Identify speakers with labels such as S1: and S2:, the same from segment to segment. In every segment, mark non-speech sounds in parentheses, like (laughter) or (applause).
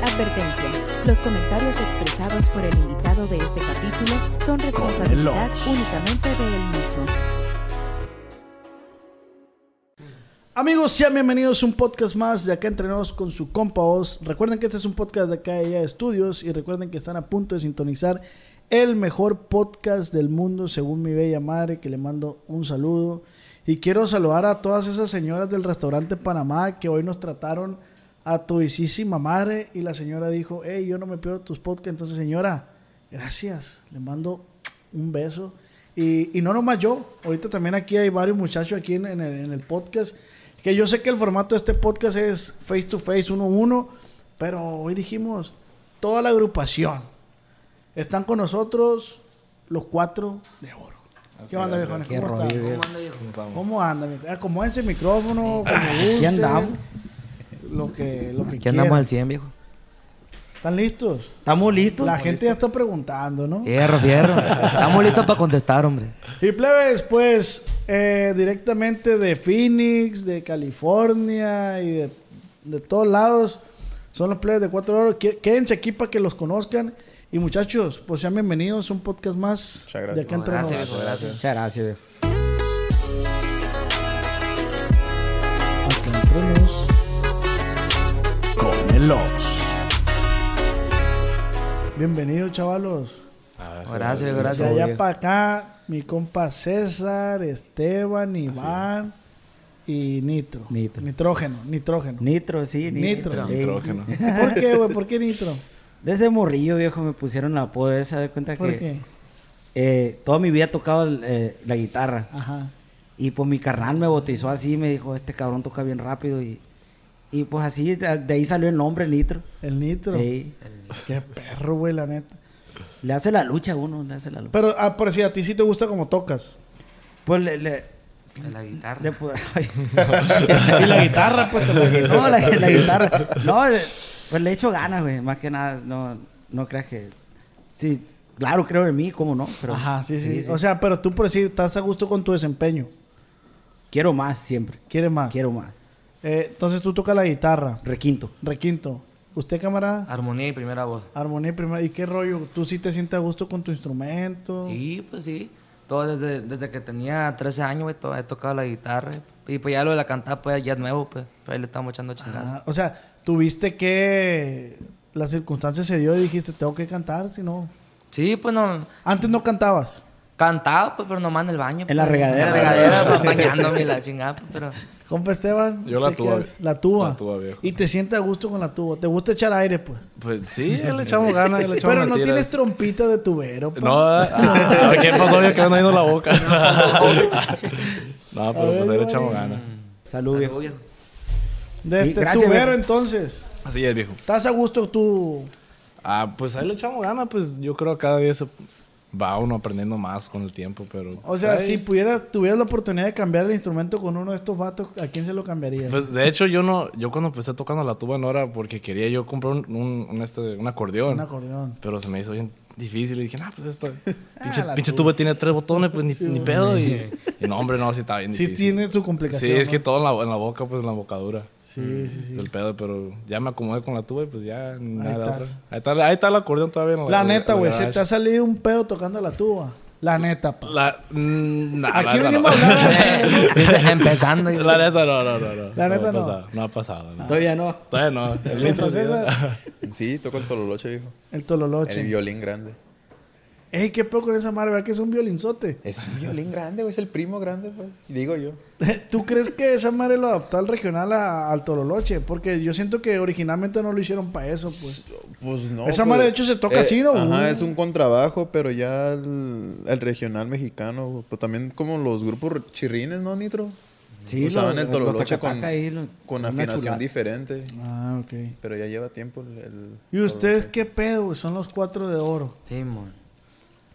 S1: Advertencia. Los comentarios expresados por el invitado de este capítulo son responsabilidad únicamente de él mismo.
S2: Amigos, sean bienvenidos a un podcast más de acá entrenados con su compa Oz. Recuerden que este es un podcast de acá de Estudios y recuerden que están a punto de sintonizar el mejor podcast del mundo, según mi bella madre, que le mando un saludo. Y quiero saludar a todas esas señoras del restaurante Panamá que hoy nos trataron a tu isísima madre y la señora dijo, hey, yo no me pierdo tus podcasts. Entonces, señora, gracias. Le mando un beso. Y, y no nomás yo, ahorita también aquí hay varios muchachos aquí en, en el, en el podcast, que yo sé que el formato de este podcast es face to face, uno a uno, pero hoy dijimos, toda la agrupación. Están con nosotros los cuatro de oro. ¿Qué onda, viejones? ¿Cómo están? ¿Cómo andan? viejo? Acomódense el micrófono, como gusten,
S3: Ah, andamos.
S2: Lo que, lo que
S3: Aquí andamos
S2: quieran.
S3: al 100, viejo.
S2: ¿Están listos?
S4: Estamos listos.
S2: La gente ya está preguntando, ¿no?
S3: Fierro, fierro. Estamos listos para contestar, hombre.
S2: Y plebes, pues eh, directamente de Phoenix, de California y de, de todos lados, son los plebes de Cuatro Oro. Qué- Quédense aquí para que los conozcan. Y muchachos, pues sean bienvenidos a un podcast más
S5: Muchas gracias.
S2: de acá
S5: No,
S2: entre
S3: gracias,
S2: nos.
S3: viejo, gracias.
S4: Muchas gracias, viejo.
S2: Acá entre nos.
S5: con el
S2: Bienvenidos, chavalos.
S3: Gracias, viejo,
S2: De
S3: gracias.
S2: allá para acá, mi compa César, Esteban, Iván y Nitro.
S4: Nitro.
S2: Nitrógeno, nitrógeno.
S4: Nitro, sí,
S2: Nitro.
S4: Sí.
S5: Nitrógeno.
S2: ¿Por qué, güey? ¿Por qué Nitro?
S4: Desde morrillo, viejo, me pusieron la apodo esa. De cuenta
S2: ¿Por
S4: que
S2: qué?
S4: eh, toda mi vida he tocado el, eh, la guitarra.
S2: Ajá.
S4: Y pues mi carnal me bautizó así. Me dijo, este cabrón toca bien rápido. Y, y pues así, de de ahí salió el nombre, Nitro.
S2: El Nitro.
S4: Sí.
S2: Qué perro, güey, la neta.
S4: Le hace la lucha a uno, le hace la lucha.
S2: Pero, ah, por si a ti sí te gusta como tocas.
S4: Pues le... le-
S3: La guitarra.
S4: le (laughs) pu-
S3: (laughs)
S2: y la guitarra, pues te lo
S4: no, la, la guitarra. No, eh, pues le echo ganas, güey. Más que nada, no, no creas que... Sí, claro, creo en mí, cómo no. (laughs) Pero,
S2: Ajá, sí, sí, O sea, pero tú por decir, estás a gusto con tu desempeño.
S4: Quiero más siempre.
S2: ¿Quieres más?
S4: Quiero más.
S2: Eh, entonces tú tocas la guitarra.
S4: Requinto.
S2: Requinto. ¿Usted, camarada?
S3: Armonía y primera voz.
S2: Armonía primero. ¿Y qué rollo? ¿Tú sí te sientes a gusto con tu instrumento?
S3: Sí, pues sí. Todo desde, desde que tenía 13 años, güey, todo- he tocado la guitarra. Y pues ya lo de la cantada, pues ya es nuevo, pues. Pero ahí le estamos echando chingazos.
S2: Ah, o sea, tuviste que... La circunstancia se dio y dijiste, tengo que cantar, si no...
S3: Sí, pues no.
S2: Antes no cantabas.
S3: Cantaba, pues, pero nomás en el baño. pues.
S4: la regadera.
S3: En la regadera, (laughs) pues, bañándome y la chingada, pues, pero.
S2: Compa Esteban.
S5: Yo la
S2: ¿usted qué
S5: tuba,
S2: hace? La tuba.
S5: la tuba, viejo.
S2: Y te sientes a gusto con la tuba. ¿Te gusta echar aire, pues?
S5: Pues sí,
S2: (laughs)
S5: ya le echamos ganas, ya le echamos
S2: Eh, Pero no
S5: mentiras.
S2: tienes trompita de tubero, pa.
S5: No, ah, ¿qué pasó? Ya que me anda yendo la
S2: (laughs)
S5: boca. no,
S2: A
S5: pero
S2: ver,
S5: pues ahí le
S2: vale.
S5: echamos ganas.
S4: Salud, viejo.
S3: Obvio.
S2: De
S4: Sí,
S2: este
S4: gracias,
S2: tubero,
S4: viejo.
S2: entonces.
S5: Así es, viejo.
S2: ¿Estás a gusto tú?
S5: Ah, pues ahí le echamos ganas, pues yo creo que cada día se va uno aprendiendo más con el tiempo, pero... pues,
S2: O sea,
S5: Ay,
S2: si pudieras, tuvieras la oportunidad de cambiar el instrumento con uno de estos vatos, ¿a quién se lo cambiarías?
S5: Pues de hecho yo no, yo cuando empecé tocando la tuba no era porque quería yo comprar un, un, un este, un acordeón.
S2: Un acordeón.
S5: Pero se me hizo bien difícil y dije, nah,
S2: (laughs)
S5: pues esto, pinche,
S2: Ah, la
S5: pinche tuba tiene tres botones, pues ni, ni pedo. Y, y no, hombre, no, sí está bien
S2: Sí
S5: difícil.
S2: tiene su complicación.
S5: Sí, es
S2: ¿no?
S5: que todo en la, en la boca, pues en la bocadura.
S2: Sí, sí, sí.
S5: El pedo, pero ya me acomodé con la tuba y pues ya nada de
S2: estás.
S5: otra. Ahí está, ahí está el acordeón todavía. en
S2: La
S5: en
S2: neta,
S5: el
S2: güey, se
S5: garage.
S2: te ha salido un pedo tocando la tuba. La neta, pa.
S5: La, mm, nah,
S2: Aquí
S5: la neta
S2: venimos
S5: no.
S2: a
S5: (laughs)
S2: hablar. ¿eh?
S3: (laughs) Dice, empezando. y-
S5: La neta no, no, no. no.
S2: La neta
S5: ha
S2: no.
S5: pasado, no ha pasado. no.
S4: Todavía no.
S5: Todavía no. El litro
S2: Entonces,
S5: sí, ¿no?
S2: esa-
S6: Sí, toco el tololoche, viejo.
S2: el
S6: El
S2: tololoche.
S6: violín grande.
S2: Ey, qué pedo con esa madre, ¿verdad que es un violinzote?
S6: Es un violín grande, güey. Es el primo grande, pues. Digo yo.
S2: (laughs) ¿Tú crees que esa madre lo adaptó al regional a- al tololoche? Porque yo siento que originalmente no lo hicieron para eso, pues.
S6: Pues no.
S2: Esa
S6: pues,
S2: madre, de hecho, se toca así, ¿no? Uh.
S6: Ajá, es un contrabajo, pero ya el, el regional mexicano, güey, pues también como los grupos chirrines, ¿no, Nitro?
S4: Sí,
S6: Usaban
S4: lo-
S6: el
S4: lo
S6: tololoche
S4: tocataca
S6: con,
S4: ahí, lo-
S6: con
S4: una
S6: afinación
S4: chulada.
S6: diferente.
S2: Ah, ok.
S6: Pero ya lleva tiempo el. el
S2: ¿Y ustedes qué pedo, güey? Son los cuatro de oro.
S3: Sí, mon.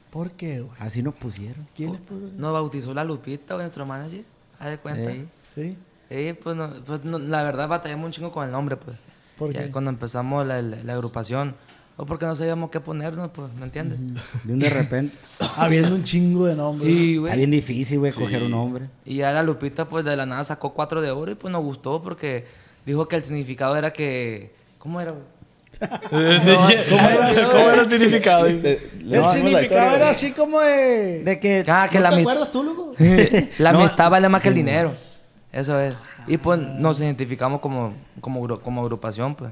S2: ¿Por qué, güey?
S4: Así nos pusieron.
S2: ¿Quién les puso?
S3: Nos bautizó la Lupita, güey, nuestro manager. Haz de cuenta.
S4: Ey.
S2: ¿Sí?
S3: Sí, pues, no- pues, no, la verdad batallamos un chingo con el nombre, pues.
S2: ¿Por
S3: Ya
S2: qué?
S3: cuando empezamos la, la- la agrupación, o porque no sabíamos qué ponernos, pues, ¿me entiendes?
S4: De un
S2: (laughs)
S4: de repente.
S2: Habiendo Ah, un chingo de nombres.
S3: Y,
S4: Está
S3: güey,
S4: bien difícil, güey, coger un hombre.
S3: y ya la Lupita, pues, de la
S2: (laughs)
S3: nada sacó cuatro de oro y, pues, nos gustó porque dijo que el significado era que... ¿Cómo era, güey?
S5: (laughs) ¿Cómo era, cómo era el significado?
S2: Ah, El significado era así como de...
S4: De que...
S3: Ah, que
S2: ¿No
S3: la
S2: te
S3: amist-
S2: acuerdas tú,
S3: (laughs)
S2: loco?
S3: la amistad vale más que el dinero. Eso es.
S2: Ah.
S3: Y pues nos identificamos como, como, gru- como agrupación, pues.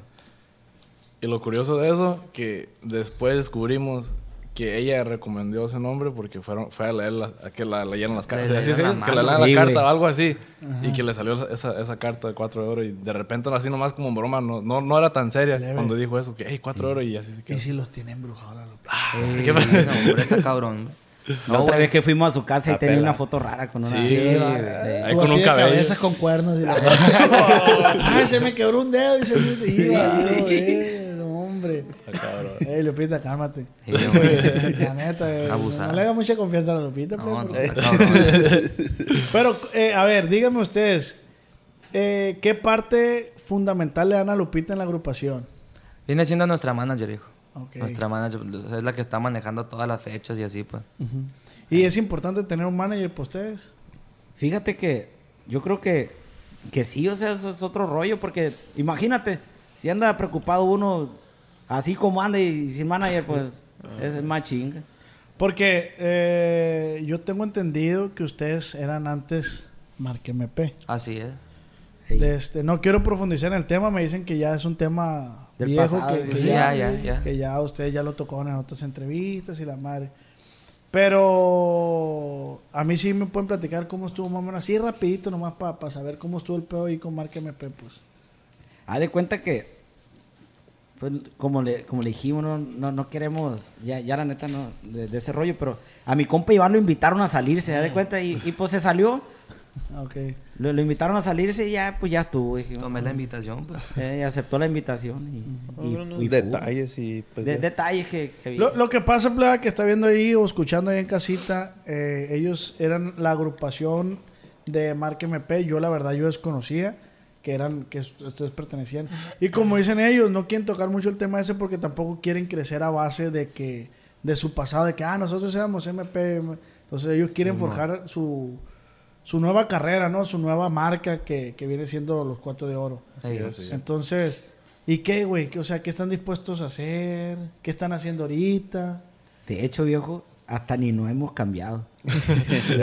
S5: Y lo curioso de eso, que después descubrimos que ella recomendó ese nombre porque fueron, fue a leer la- a que la leyeron las cartas.
S3: Le
S5: Así se
S3: leyeron la
S5: dice, que le
S3: mano.
S5: lean la
S4: Sí,
S5: carta
S4: güey.
S5: o algo así. Y que le salió esa, esa carta de 4 euros. Y de repente, así nomás como broma, no, no, no era tan seria cuando dijo eso, que hey, 4 euros y así se
S2: Y
S5: quedó.
S2: si los tiene embrujados. la loca.
S3: Eh, no, hombre, está
S2: (laughs)
S3: cabrón.
S4: La otra vez que fuimos a su casa y
S6: La
S4: tenía
S6: pela.
S4: una foto rara con una...
S5: Sí,
S4: güey.
S5: Ahí
S2: Ah, Tú
S5: con
S2: así
S5: un
S2: de
S5: cabello.
S2: cabezas con cuernos.
S5: (laughs)
S2: Y la... Ay, se me quebró un dedo. Y "Ah, se me... Iba, joder, eh, hombre.
S5: Ah,
S2: Ey, Lupita, cálmate.
S3: Sí, hombre.
S2: (laughs) La neta, eh,
S3: Abusada.
S2: no le haga mucha confianza a la Lupita.
S3: No,
S2: pero-
S3: no, está cabrón.
S2: Pero, eh, a ver, díganme ustedes, eh, ¿qué parte fundamental le dan a Lupita en la agrupación?
S3: Viene siendo nuestra manager, hijo.
S2: Ok.
S3: Nuestra manager pues, o sea, es la que está manejando todas las fechas y así, pues.
S2: ¿Y es importante tener un manager para ustedes?
S4: Fíjate que yo creo que, que sí, o sea, eso es otro rollo, porque imagínate, si anda preocupado uno así como anda y, sin manager,
S2: (laughs)
S4: pues es más chinga.
S2: Porque eh, yo tengo entendido que ustedes eran antes E Marquemp.
S3: Así es.
S4: Sí.
S2: De este, no quiero profundizar en el tema, me dicen que ya es un tema
S4: Del
S2: viejo
S4: pasado,
S2: que, que
S3: sí,
S2: ya,
S3: ya, ya, ya.
S2: que ya ustedes ya lo tocaron en otras entrevistas y la madre. Pero a mí sí me pueden platicar cómo estuvo más o menos así rapidito nomás para saber cómo estuvo el pedo ahí con Marque MP, pues. (laughs)
S4: Haz de cuenta que, pues, como le, como le dijimos, no, no, no queremos, ya, ya la neta, no, de, de ese rollo, pero a mi compa Iván lo invitaron a salirse, haz de
S2: Mm.
S4: cuenta, y, y, pues se salió,
S2: Ok.
S4: lo, lo invitaron a salirse y ya, pues ya estuvo, dijimos.
S3: Tomé la invitación, pues.
S4: Eh, aceptó la invitación y, y- y fue.
S6: Detalles y pues,
S4: De-
S6: ya.
S4: detalles que, que vi.
S2: Lo, lo que pasa, pleba, que está viendo ahí o escuchando ahí en casita, eh, ellos eran la agrupación de Marque MP, yo la verdad yo desconocía que eran, que est- ustedes pertenecían. Y como dicen ellos, no quieren tocar mucho el tema ese porque tampoco quieren crecer a base de que, de su pasado, de que, ah, nosotros éramos MP. Entonces ellos quieren forjar su, su nueva carrera, ¿no? Su nueva marca que, que viene siendo los Cuatro de Oro.
S3: Ey,
S2: Entonces, ¿y qué, güey? ¿Qué- O sea, ¿qué están dispuestos a hacer? ¿Qué están haciendo ahorita?
S4: De hecho, viejo, hasta ni nos hemos
S3: (laughs)
S4: cambiado.
S6: (laughs)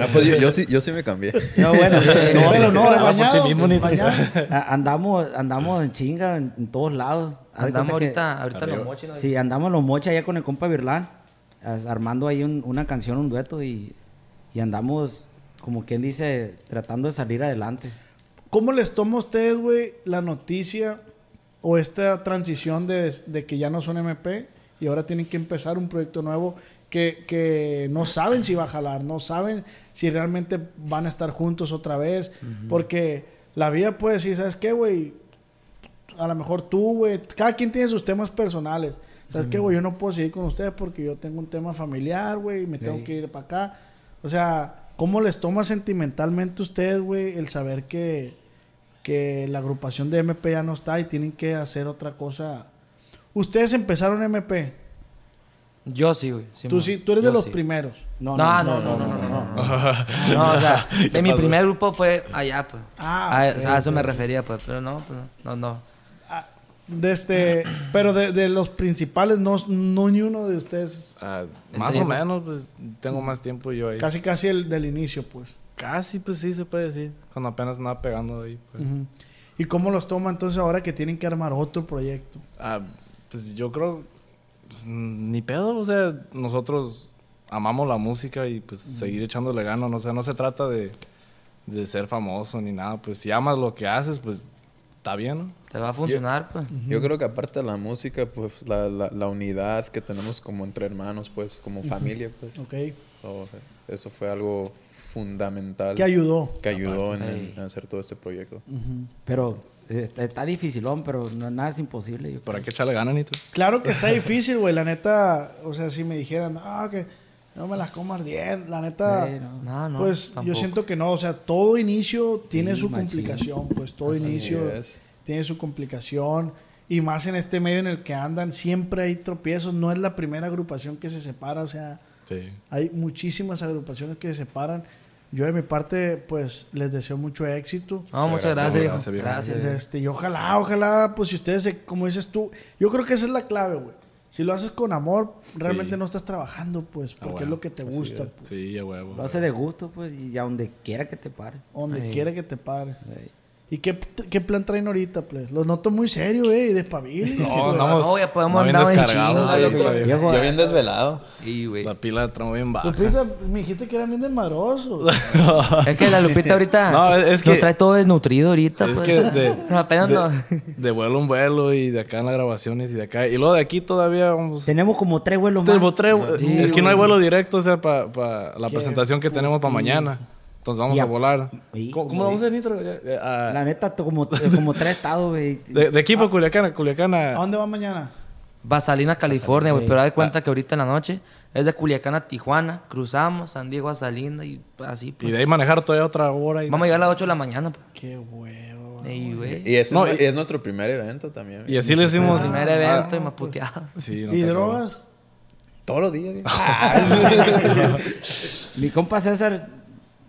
S6: Ah, pues, yo, yo sí, yo sí me cambié.
S4: No,
S2: (laughs)
S4: bueno, (laughs) Ah, no, pero no,
S2: Pero
S4: a-
S2: bañado,
S5: mismo ni-
S2: bañado.
S4: a- andamos, andamos en chinga en, en todos lados. Haz de
S3: Andamos
S4: cuenta
S3: ahorita, ahorita los
S5: Arriba.
S4: que-
S3: mochis.
S4: Sí, andamos los mochas allá con el compa Virlán, as- armando ahí un- una canción, un dueto y, y andamos, como quien dice, tratando de salir adelante.
S2: ¿Cómo les toma a ustedes, güey, la noticia o esta transición de, de que ya no son MP y ahora tienen que empezar un proyecto nuevo que, que no saben si va a jalar, no saben si realmente van a estar juntos otra vez? Porque la vida puede decir, ¿sabes qué, güey? A lo mejor tú, güey, cada quien tiene sus temas personales. ¿Sabes qué, güey? Yo no puedo seguir con ustedes porque yo tengo un tema familiar, güey, y me tengo
S3: Sí.
S2: que ir para acá. O sea, ¿cómo les toma sentimentalmente a ustedes, güey, el saber que, que la agrupación de MP ya no está y tienen que hacer otra cosa? Ustedes empezaron MP.
S3: Yo sí, güey. sí,
S2: tú,
S3: mo-
S2: sí, tú eres de
S3: yo
S2: los
S3: sí.
S2: primeros.
S3: No, no, no, no, no, no, no. no. No, o
S5: (laughs)
S3: sea, en mi primer grupo fue allá, pues.
S2: Ah,
S3: a,
S2: ok,
S3: a eso
S2: ok,
S3: me
S2: ok.
S3: refería, pues. Pero no, pues, no, no, no.
S2: Ah, de este, pero de, de los principales, no, no ni uno de ustedes.
S5: Ah, más o
S3: Entiendo.
S5: menos, pues tengo más tiempo yo ahí. Casi,
S2: Casi, casi el del inicio, pues.
S5: pues sí se puede decir. Cuando apenas andaba pegando ahí. Pues.
S2: Ujú. ¿Y cómo los toma entonces ahora que tienen que armar otro proyecto?
S5: Ah, pues yo creo, pues, ni pedo, o sea, nosotros amamos la música y pues seguir echándole ganas, no, o sea, no se trata de, de ser famoso ni nada, pues si amas lo que haces, pues está bien, ¿no?
S3: Te va a funcionar, pues.
S6: Yo creo que aparte de la música, pues la, la, la unidad que tenemos como entre hermanos, pues como familia, pues.
S2: ¿Ok?
S6: o sea, eso fue algo fundamental
S2: ¿Qué ayudó?
S6: que ayudó en, en-
S3: Ey.
S6: en hacer todo este proyecto.
S4: Pero eh, está, está dificilón, pero no- nada es imposible. yo
S5: Pero hay que echarle ganas, Nito.
S2: Claro que está difícil, güey. La neta, o sea, si me dijeran, ah, que no me las como ardiendo, la neta.
S4: Sí, no.
S3: No, no.
S2: pues yo
S3: tampoco.
S2: siento que no, o sea, todo inicio tiene
S4: Sí,
S2: su
S4: machín.
S2: complicación, pues todo
S6: Así
S2: inicio
S6: es.
S2: tiene su complicación y más en este medio en el que andan siempre hay tropiezos, no es la primera agrupación que se separa, o sea,
S5: Sí.
S2: hay muchísimas agrupaciones que se separan, Yo de mi parte, pues, les deseo mucho éxito.
S3: No, muchas gracias, viejo.
S5: Gracias, viejo.
S3: Gracias.
S2: Este, y ojalá, ojalá, pues si ustedes, se- como dices tú, yo creo que esa es la clave, güey. Si lo haces con amor, realmente
S5: Sí. Ah,
S2: no estás trabajando, pues, porque es lo que te
S5: Así
S2: gusta,
S5: es.
S2: pues.
S5: Sí, a huevo.
S4: Lo hace de gusto, pues, y a donde quiera que te pare.
S2: Donde
S3: Ey.
S2: quiera que te pares. ¿Y qué, qué plan traen ahorita, pues? Los noto muy serio, eh, güey, despabilen.
S5: (laughs) No,
S2: güey.
S5: andamos-
S3: No, ya podemos
S5: no bien
S3: andar en
S5: descargados,
S3: chinga,
S5: ahorita,
S3: loco.
S5: viejo.
S4: Viejo,
S6: Yo bien desvelado.
S3: Y, güey.
S5: La pila de tramo bien baja.
S2: Lupita, me dijiste que eran bien desmadrosos.
S5: (laughs)
S3: Es que la Lupita ahorita
S5: No, es- es
S3: nos
S5: que-
S3: trae todo desnutrido ahorita.
S5: Es
S3: pues.
S5: que de,
S3: (laughs) Apenas
S5: de-
S3: no.
S5: de vuelo en vuelo y de acá en las grabaciones y de acá. Y luego de aquí todavía vamos.
S4: Tenemos como tres vuelos
S5: Te
S4: más.
S5: mostré-
S3: sí,
S5: es que no hay
S3: güey.
S5: vuelo directo, o sea, para la
S2: Qué
S5: presentación que tenemos para mañana. Entonces vamos
S4: Y
S5: a
S4: a-
S5: volar.
S4: Sí,
S5: ¿Cómo, cómo
S4: güey.
S5: vamos a ir, Nitro? Ya, ya, a-
S4: La neta, to- como, eh, como tres estados, güey.
S5: de, de aquí para Culiacán, a Culiacán
S2: ¿A
S5: a-
S2: dónde van mañana?
S3: Vasalina, California, güey. Pero haz de cuenta que ahorita en la noche es de Culiacán a Tijuana. Cruzamos San Diego a Salina y así.
S5: Y
S3: pues.
S5: de ahí manejar todavía otra hora. Y,
S3: Vamos a llegar a las 8 de la mañana. pues.
S2: Qué huevo.
S3: Ey, güey.
S6: Y ese
S5: No,
S6: es,
S5: y-
S6: es nuestro primer evento también.
S5: y así le hicimos.
S3: Primer evento y más puteada.
S5: Sí, no
S2: ¿Y
S5: te
S2: drogas?
S6: Todos los días. güey.
S2: Ah.
S4: Mi compa César,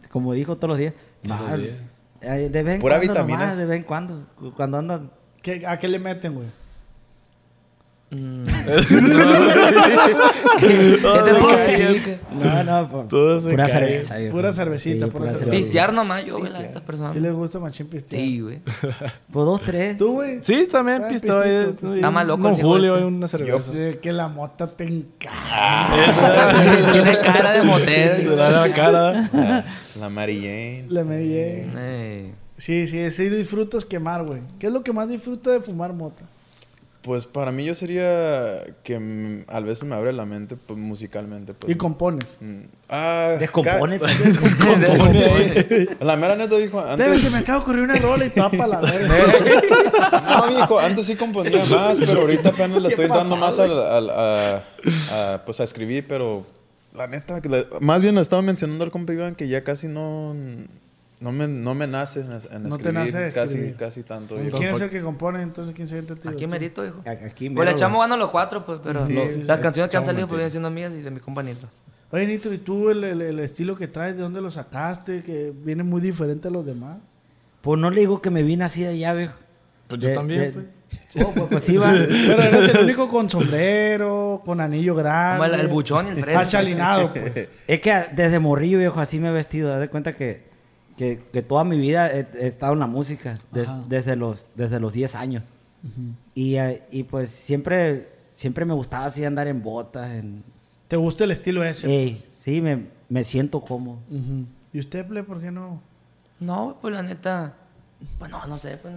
S4: como dijo todos los días, "Nah, eh, de vez en
S6: Pura
S4: cuando
S6: vitaminas.
S4: nomás, de vez en cuando, cu- cuando andan,
S2: ¿Qué- ¿A qué le meten, güey?
S3: Mm. ¿Qué te puedo decir?
S4: no, no, pu- pura cerveza, viejo.
S2: Pura cervecita,
S4: Sí,
S2: pura cerveza.
S3: Pistear nomás yo, güey, la estas
S5: Ah.
S3: personas.
S2: ¿Sí les gusta machín pistear?
S3: Sí, güey.
S4: Pues dos, tres.
S2: ¿Tú, güey?
S5: Sí, también
S2: Ah,
S5: pistó ahí.
S2: pistito, pistito.
S5: ahí
S3: Está más
S5: un
S3: loco
S5: Don
S3: el viejo
S5: Julio,
S3: este.
S5: hay una
S2: Yo
S5: cerveza.
S2: sé que la mota te encanta.
S3: Tiene cara de
S5: De
S3: motel.
S5: la, de la cara.
S6: Ah, (laughs) La Mary Jane.
S2: La me llegué.
S3: Ey.
S2: Sí, sí, sí disfrutas quemar, güey. ¿Qué es lo que más disfruta de fumar mota?
S6: Pues para mí yo sería que mm, a veces me abre la mente pues, musicalmente. Pues,
S2: Y compones.
S6: Mm, ah,
S4: Descompone.
S6: ca- (laughs)
S3: (laughs)
S6: La mera neta, dijo.
S2: Debe, se
S6: Antes,
S2: me acaba de ocurrir una rola y tapa
S6: (laughs)
S2: la verga.
S6: no, viejo, antes sí componía más, pero ahorita apenas le estoy dando más al, al- a, a, pues, a escribir, pero la neta, que la- más bien le estaba mencionando al compa Iván que ya casi no, no, me, no me nace en, en escribir.
S2: No te nace
S6: casi,
S2: escribir.
S6: casi tanto.
S2: ¿Y
S6: viejo.
S2: ¿Quién es el que compone? Entonces, ¿quién se el tío?
S3: Aquí merito, hijo.
S4: A- Aquí,
S3: Pues
S4: mero,
S3: le echamos ganas los cuatro, pues, pero
S2: Sí,
S3: no,
S2: sí,
S3: las
S2: sí.
S3: canciones que han
S6: Echamos
S3: salido pues
S6: mentira.
S3: vienen siendo mías y de mi compañero.
S2: Oye, Nitro, ¿y tú el, el- el estilo que traes? ¿De dónde lo sacaste? Que viene muy diferente a los
S3: (laughs)
S2: demás.
S4: güey. Pues no le digo que me vine así de allá, viejo.
S5: Pues yo
S4: De-
S5: también,
S4: de-
S5: pues.
S4: Oh, pues, pues sí, va.
S2: (laughs) Pero eres el único con sombrero, con anillo grande.
S3: Como el- el buchón y el fresco.
S2: Achalinado, pues.
S3: (laughs)
S4: Es que a- desde morrillo, viejo, así me he vestido. Haz de cuenta que, que, que toda mi vida he, he estado en la música. des- desde, los, desde los 10 años. y, eh, y pues siempre, siempre me gustaba así andar en botas. En...
S2: ¿Te gusta el estilo ese?
S3: Eh.
S4: Ey, sí, me, me siento cómodo.
S2: Ujú. ¿Y usted, Ple, por qué no?
S3: No, pues la neta. Pues no, no sé, pues.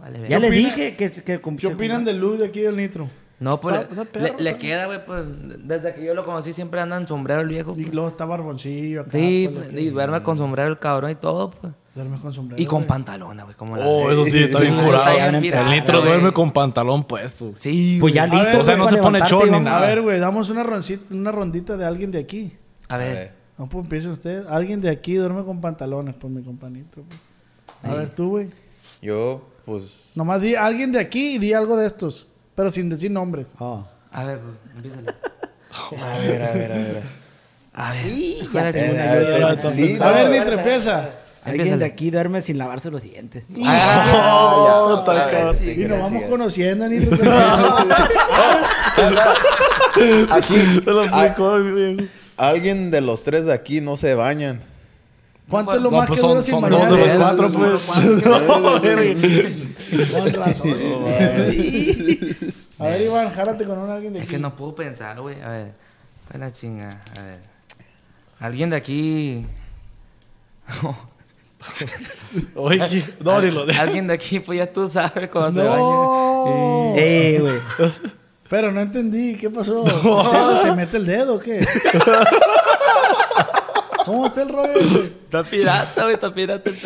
S3: Vale,
S4: Ya
S3: verga.
S4: le
S2: opina-
S4: dije que... que
S2: ¿Qué opinan del look de aquí del Nitro?
S3: No, pues le- le, le queda, güey, pues. Desde que yo lo conocí siempre anda en sombrero el viejo.
S2: Y
S3: pues.
S2: luego está barboncillo acá.
S3: Sí,
S2: pues,
S3: pues,
S2: lo que-
S3: y duerme con sombrero el cabrón y todo, pues.
S2: duerme con sombrero.
S3: Y con
S2: güey.
S3: pantalona, güey, como la.
S5: Oh, eso sí, está bien
S3: (laughs) Está
S5: curado.
S3: bien
S5: El
S3: pirata,
S5: nitro
S3: güey.
S5: duerme con pantalón puesto.
S3: Sí,
S4: Pues ya
S2: A ver,
S4: listo.
S2: o sea,
S4: güey,
S2: no
S4: para
S5: se pone
S4: levantarte
S5: chon
S4: y
S5: ni
S4: vamos.
S5: nada.
S2: A ver, güey, damos una, roncita- una rondita de alguien de aquí.
S3: A ver.
S2: No, pues empiece usted. Alguien de aquí duerme con pantalones, pues mi compañito. pues. A ver, tú, güey.
S6: Yo, pues,
S2: Nomás di alguien de aquí y di algo de estos. Pero sin decir nombres.
S4: Oh.
S3: A ver, pues, empiézale.
S6: a ver, a ver, a ver.
S3: A ver.
S4: ya
S3: espérate.
S4: tengo una
S6: Eh,
S4: idea.
S6: eh, sí,
S2: A
S6: no,
S2: ver, Nitro, empieza.
S4: Alguien de aquí duerme sin lavarse los dientes.
S3: Ah,
S6: ya, otra
S3: ya,
S6: vez,
S3: sí,
S2: Y
S6: tigre.
S2: nos
S6: Gracias.
S2: vamos conociendo, Nitro.
S6: Aquí,
S5: Te lo
S6: a-
S5: explicó, viejo.
S6: alguien de los tres de aquí no se bañan.
S2: ¿Cuánto es lo
S5: No,
S2: más
S5: pues
S2: que
S5: son-
S2: dura sin
S5: son dos de los
S2: bañar?
S5: cuatro, pues. (laughs)
S2: Con
S6: (laughs)
S2: razón. A ver, Iván, jálate con un alguien de
S3: Es
S2: aquí.
S3: que no puedo pensar, güey. A ver. Pues la chinga. A ver. Alguien de aquí.
S5: Oye, no, ni lo de.
S3: Alguien de aquí, pues ya tú sabes cómo se baña.
S2: No.
S4: Eh, güey.
S2: Pero no entendí, ¿qué pasó? ¿Se mete el dedo o qué? ¿Cómo está el rollo ese?
S3: Está pirata, güey. Está pirata el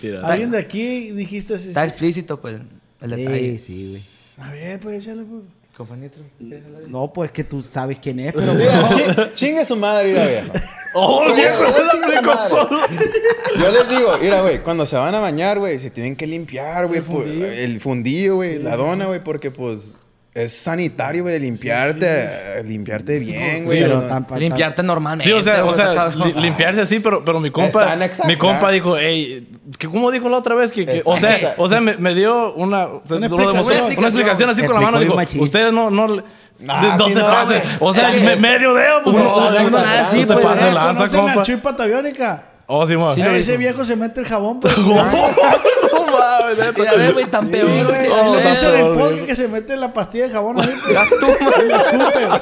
S3: pedo.
S2: Alguien de aquí dijiste así.
S3: Está explícito, pues. El detalle.
S4: Eh, sí, güey.
S2: A ver, pues échale. pues.
S3: Compañero.
S4: No, pues que tú sabes quién
S2: (laughs)
S4: es, pero
S6: Chi- (laughs) Chingue su madre, mira, viejo.
S5: Oh, el viejo,
S6: Chingue
S5: se la
S6: su
S5: aplicó
S6: madre.
S5: solo.
S6: Yo les digo, mira, güey, cuando se van a bañar, güey, se tienen que limpiar, güey,
S2: El
S6: pues,
S2: fundillo.
S6: el fundillo, güey, la dona, güey, porque, pues, es sanitario, güey, de limpiarte, eh, limpiarte bien, güey.
S5: Sí,
S6: no-
S5: pero
S4: tampa-
S3: Limpiarte eh, normalmente.
S5: Sí, o sea, o
S3: güey,
S5: sea,
S3: está cabrón.
S5: li- limpiarse así, pero, pero mi compa,
S6: Están exagerados.
S5: mi compa dijo, hey, ¿cómo dijo la otra vez? Que, que- o
S6: Están
S5: sea,
S6: exa-
S5: o sea, me, me dio una, o sea,
S2: Una
S5: lo demostró,
S3: explicación.
S5: una explicación así con la
S4: Explicó
S5: mano,
S4: bien
S5: dijo,
S4: machín.
S5: ustedes no, no, le-
S6: Nah,
S5: de- no
S6: sí
S5: te
S6: no,
S5: pases,
S6: güey.
S5: o sea,
S3: Es que-
S5: me- medio dedo, pues,
S3: Uno-
S5: no,
S3: uno-
S5: no,
S3: uno-
S5: no,
S3: ah,
S5: no
S3: sí,
S5: te
S3: pues,
S5: pases
S2: Eh,
S5: de lanza,
S2: ¿conocen
S5: compa.
S2: la chipa tabiónica?
S5: Oh, Simón.
S3: Sí, lo
S2: ese
S3: hizo.
S2: viejo se mete el jabón. Pues,
S3: Mira, ve, güey, tan peor, güey.
S2: Ahí
S5: Oh,
S2: le
S5: no,
S2: dicen
S5: no,
S2: el
S5: no,
S2: podcast
S5: no.
S2: que se mete la pastilla de jabón. así, pues,
S3: Ya tú,
S5: (laughs)
S3: madre.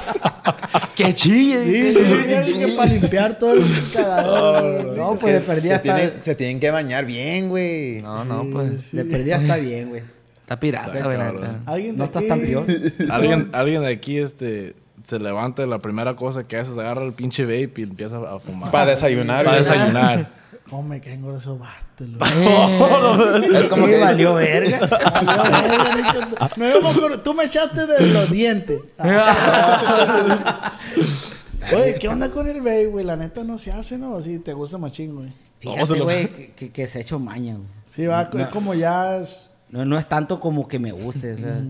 S3: Que
S2: Sí,
S3: chille.
S2: sí, sí, que para limpiar todo el cagadero.
S4: No, pues le perdí
S6: se,
S4: hasta.
S6: tienen, se tienen que bañar bien, güey.
S3: No, no, pues.
S4: Le perdí hasta bien, güey.
S3: Está pirata, güey. la neta.
S2: Alguien de
S4: No estás
S2: aquí-
S4: tan peor.
S5: (laughs) Alguien, alguien de aquí, este, se levanta y la primera cosa que hace es agarra el pinche vape y empieza a fumar.
S6: Para desayunar,
S5: Para
S6: güey.
S5: desayunar.
S2: ¿Cómo me caen gruesos bártelos?
S6: (laughs) Es como que...
S4: valió
S6: (laughs)
S4: verga.
S2: No íbamos con- Tú me echaste de los dientes. Oye, ¿qué onda con el baby, güey? La neta no se hace, ¿no? Si te gusta machín, güey.
S5: No, se
S4: Fíjate,
S5: lo-
S4: güey, que- que, que se ha hecho maña, güey.
S2: Sí, va, es como ya... es-
S4: No, no es tanto como que me guste, o sea,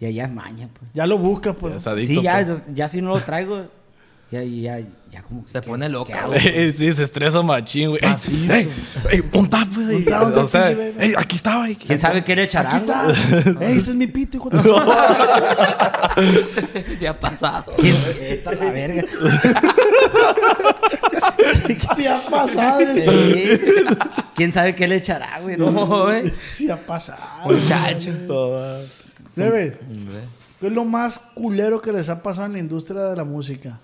S4: ya, ya es maña, pues.
S2: Ya lo buscas, pues.
S5: Es adicto.
S4: sí, ya,
S5: pues.
S4: yo- ya si no lo traigo, ya, ya, ya como que.
S5: Ah,
S3: Se
S4: ¿qué-
S3: pone
S4: qué
S3: loca,
S4: hago?
S3: güey.
S5: (laughs) Ey, sí, se estresa machín, güey. Ey, ey, ey, punta, güey.
S2: Punta, punta,
S5: O sea,
S2: pinche bebé.
S5: ey, aquí estaba. güey.
S4: ¿Quién sabe quién es
S2: Aquí
S4: charango? (laughs)
S2: está. Ey, ese es mi pito, hijo de tu madre. (laughs)
S3: (laughs) Se ha pasado.
S4: ¿Quién- Esta la verga.
S2: ¿Qué se ha pasado? eso?
S4: Sí. ¿Quién sabe qué le echará, güey? No.
S3: No, güey.
S2: Sí, ha pasado.
S3: Muchacho.
S2: Plebe, ¿qué es lo más culero que les ha pasado en la industria de la música?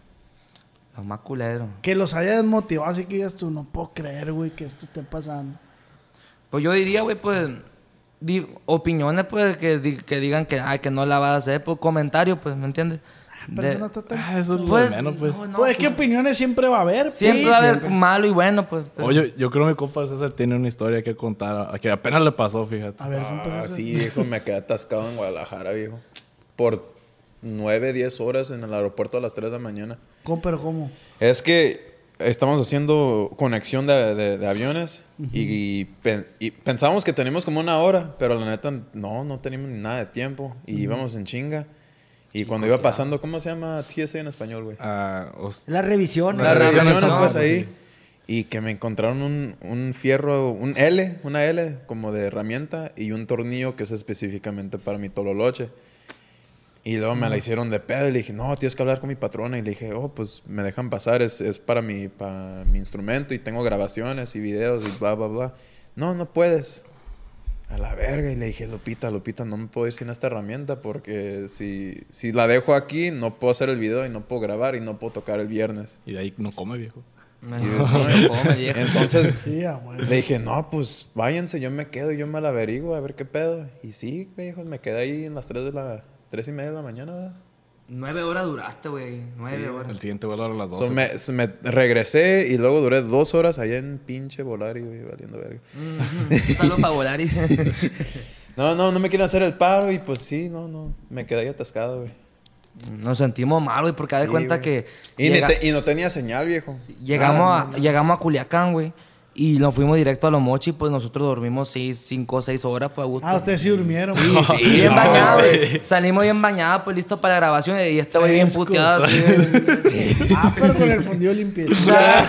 S3: Los más culeros.
S2: Que los haya desmotivado, así que digas tú, no puedo creer, güey, que esto esté pasando.
S3: Pues yo diría, güey, pues. di- opiniones, pues, que, di- que digan que, ah, que no la vas a hacer. Pues comentarios, pues, ¿me entiendes?
S2: Pero
S3: De-
S2: eso no está tan...
S5: Ah, eso es lo de
S3: Pues,
S5: menos, pues.
S3: no, no,
S2: pues es que
S3: pues,
S2: opiniones siempre va a haber, pues.
S3: Siempre va a haber malo y bueno, pues. pero-
S5: Oye, yo creo que mi compa César tiene una historia que contar, a- que apenas le pasó, fíjate.
S2: A ver, son
S6: Ah,
S2: personas-
S6: sí, viejo, me quedé atascado en Guadalajara, viejo. Por 9, 10 horas en el aeropuerto a las 3 de la mañana.
S2: ¿Cómo, pero cómo?
S6: Es que estamos haciendo conexión de, de- de aviones y, pen- y pensábamos que teníamos como una hora, pero la neta no, no teníamos ni nada de tiempo y íbamos en chinga. Y cuando iba pasando, ¿cómo se llama TSA en español, güey?
S5: Ah, os-
S4: La revisión.
S6: Las
S5: Las
S6: revisiones,
S5: revisiones,
S6: pues,
S5: no,
S6: ahí.
S5: sí.
S6: Y que me encontraron un, un fierro, un L, una L como de herramienta y un tornillo que es específicamente para mi tololoche. Y luego
S5: Mm.
S6: me la hicieron de pedo y le dije, no, tienes que hablar con mi patrona. Y le dije, oh, pues me dejan pasar, es, es para, mi, para mi instrumento y tengo grabaciones y videos y bla, bla, bla. No, no puedes. A la verga. Y le dije, Lupita, Lupita, no me puedo ir sin esta herramienta porque si, si la dejo aquí, no puedo hacer el video y no puedo grabar y no puedo tocar el viernes.
S5: Y de ahí no come, viejo.
S3: Me-
S6: Y
S3: me
S6: yo,
S3: come,
S6: "No".
S3: viejo.
S6: (laughs) Entonces
S2: (laughs) Sí, ah, güey.
S6: le dije, no, pues váyanse, yo me quedo, yo me la averiguo, a ver qué pedo. Y sí, me dijo, me quedé ahí en las 3 de la... Tres y media de la mañana. ¿verdad?
S3: Nueve horas duraste, güey. Nueve
S5: El
S3: horas.
S5: siguiente vuelo era a las 12.
S6: So, me, so, me regresé y luego duré dos horas allá en pinche volar y valiendo verga.
S3: Un saludo para volar y... (laughs)
S6: No, no, no me quieren hacer el paro y pues sí, no, no. Me quedé ahí atascado, güey.
S3: Nos sentimos mal, güey, porque haz de
S6: Sí,
S3: cuenta
S6: güey.
S3: que...
S6: Y, ni
S3: llega-
S6: te- Ah, y no tenía señal, viejo.
S3: Llegamos,
S6: Nada,
S3: a, llegamos a Culiacán, güey. Y nos fuimos directo a Los Mochis, pues nosotros dormimos seis, cinco o seis horas, pues a gusto.
S2: Ah, ustedes sí durmieron. Ah, güey.
S6: Sí,
S3: Bien
S6: no,
S3: bañados,
S6: güey.
S3: güey. Salimos bien bañados, pues listos para la grabación. Y este güey bien
S2: Fresco.
S3: puteado, así.
S2: (laughs)
S3: güey.
S2: Ah, pero con el fundido limpieza.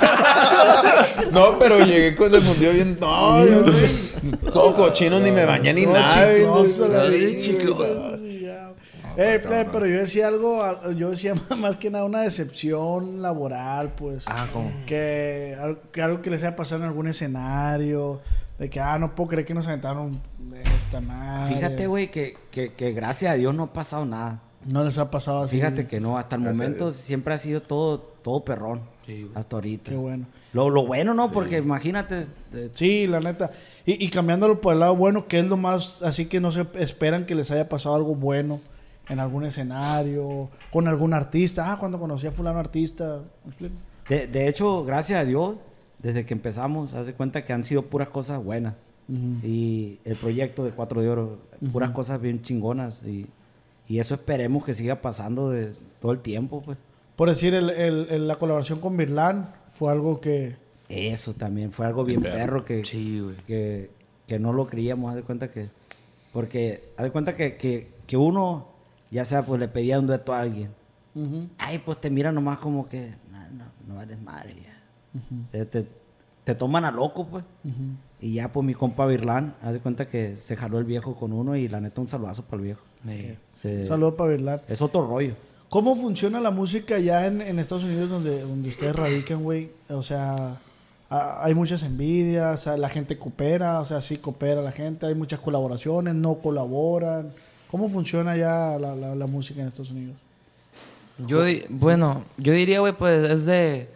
S6: No, pero llegué con el fundido bien. No, yo, güey. Todo cochino, ni me bañé ni
S2: No,
S6: nada. güey.
S2: chicloso, la
S6: Sí,
S2: leche,
S6: güey,
S2: chicloso, sí, ya. Eh, plebe, pero yo decía algo, a- yo decía (laughs) más que nada una decepción laboral, pues.
S3: Ah, ¿cómo?
S2: Que, al- que algo que les haya pasado en algún escenario, de que, ah, no puedo creer que nos aventaron esta madre.
S4: Fíjate, güey, que, que, que gracias a Dios no ha pasado nada.
S2: No les ha pasado así.
S4: Fíjate que no, hasta el momento siempre ha sido todo, todo perrón. hasta ahorita.
S2: Qué bueno.
S4: Lo, lo bueno, ¿no? Porque imagínate. eh,
S2: Este, Sí, la neta. Y, y cambiándolo por el lado bueno, que es lo más, así que no se esperan que les haya pasado algo bueno en algún escenario, con algún artista. Ah, cuando conocí a fulano artista. ¿me explico?
S4: De, de hecho, gracias a Dios, desde que empezamos, hace cuenta que han sido puras cosas buenas. Y el proyecto de Cuatro de Oro, puras cosas bien chingonas. Y, y eso esperemos que siga pasando de todo el tiempo, pues.
S2: Por decir, el- el- el- la colaboración con Birlan fue algo que...
S4: Eso también fue algo bien
S5: Bien
S4: perro que,
S3: Sí, güey.
S4: que, que no lo creíamos, haz de cuenta que... Porque haz de cuenta que, que, que uno ya sea, pues le pedía un dueto a alguien. Ay, pues te mira nomás como que, "Nah, no, no eres madre ya. te, te- te toman a loco, pues. Y ya, pues mi compa Virlán, haz de cuenta que se jaló el viejo con uno y la neta un saludazo para el viejo.
S3: Sí.
S4: Se-
S2: Un saludo para Virlar.
S4: Es otro rollo.
S2: ¿Cómo funciona la música allá en, en Estados Unidos donde, donde ustedes radican, güey? O sea, a- hay muchas envidias, o sea, la gente coopera, o sea, sí coopera la gente, hay muchas colaboraciones, no colaboran. ¿Cómo funciona ya la, la- la música en Estados Unidos?
S3: Yo, di- bueno, yo diría, güey, pues es de.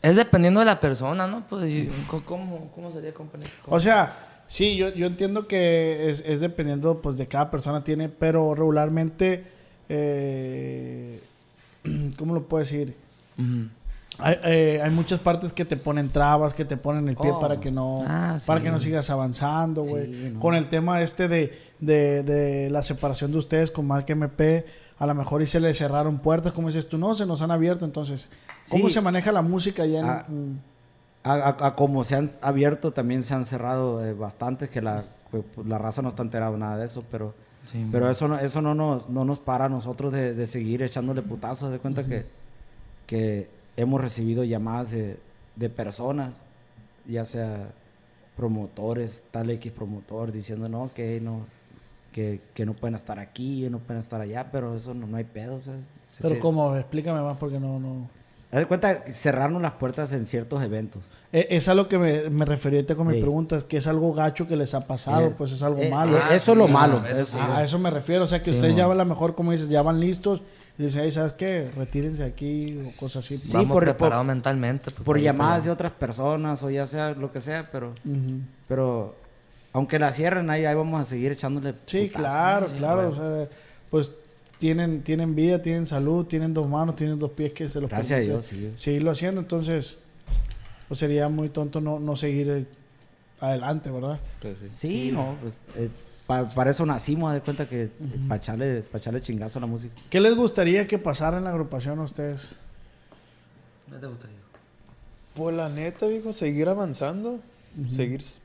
S3: Es dependiendo de la persona, ¿no? Pues, y- co- ¿cómo, cómo sería componer?
S2: O sea, sí, yo, yo entiendo que es, es dependiendo pues de cada persona tiene, pero regularmente, eh, (clears throat) ¿cómo lo puedo decir?
S3: Ujú.
S2: Hay, eh, hay muchas partes que te ponen trabas, que te ponen el pie
S3: Oh.
S2: para que no
S3: Ah, sí.
S2: para que no sigas avanzando, güey.
S4: Sí, no.
S2: Con el tema este de, de, de la separación de ustedes con Mark MP, a lo mejor y se le cerraron puertas, como dices tú, no, se nos han abierto. Entonces, ¿cómo
S4: Sí.
S2: se maneja la música allá en...?
S4: Ah.
S2: en-
S4: A, a- a como se han abierto, también se han cerrado eh, bastantes, que la, que, pues, la raza no está enterada de nada de eso, pero,
S3: Sí,
S4: pero eso, no, eso no, nos, no nos para a nosotros de, de seguir echándole putazos. De cuenta que, que hemos recibido llamadas de, de personas, ya sea promotores, tal X promotor, diciendo no, que no, que, que no pueden estar aquí, no pueden estar allá, pero eso no, no hay pedo. o sea, se-
S2: pero
S4: se-
S2: ¿cómo? Explícame más porque no... no...
S4: Haz de cuenta, que cerraron las puertas en ciertos eventos.
S2: Eh, Es a lo que me, me referí ahorita con mis
S4: Sí.
S2: preguntas, que es algo gacho que les ha pasado,
S4: Eh,
S2: pues es algo
S4: eh,
S2: malo.
S4: eh, eso es lo
S3: Ah,
S4: malo.
S3: eso
S4: es-
S3: sí.
S2: Ah, a eso me refiero, o sea que ustedes ya van a lo mejor, como dices, ya van listos y dicen, "Ey, ¿sabes qué? Retírense aquí o cosas así.
S4: Sí,
S3: Vamos
S4: por-
S3: preparados
S4: por-
S3: mentalmente. pues,
S4: por
S3: para ir
S4: llamadas de
S3: para allá.
S4: otras personas o ya sea lo que sea, pero
S2: Ujú.
S4: pero aunque la cierren ahí, ahí vamos a seguir echándole
S2: Sí,
S4: putazo,
S2: claro,
S4: ¿no? Sí,
S2: claro.
S4: güey.
S2: o sea, pues tienen, tienen vida, tienen salud, tienen dos manos, tienen dos pies que se los
S4: Gracias a
S2: permite
S4: Dios, sí.
S2: Seguirlo haciendo, entonces, pues sería muy tonto no, no seguir eh, adelante, ¿verdad?
S5: Pues sí.
S4: Sí, no, pues eh, pa- para eso nacimos, haz de cuenta que para echarle pa' echarle chingazo a la música.
S2: ¿Qué les gustaría que pasara en la agrupación a ustedes?
S3: ¿Qué te gustaría?
S6: Pues la neta, viejo, seguir avanzando. Seguir s-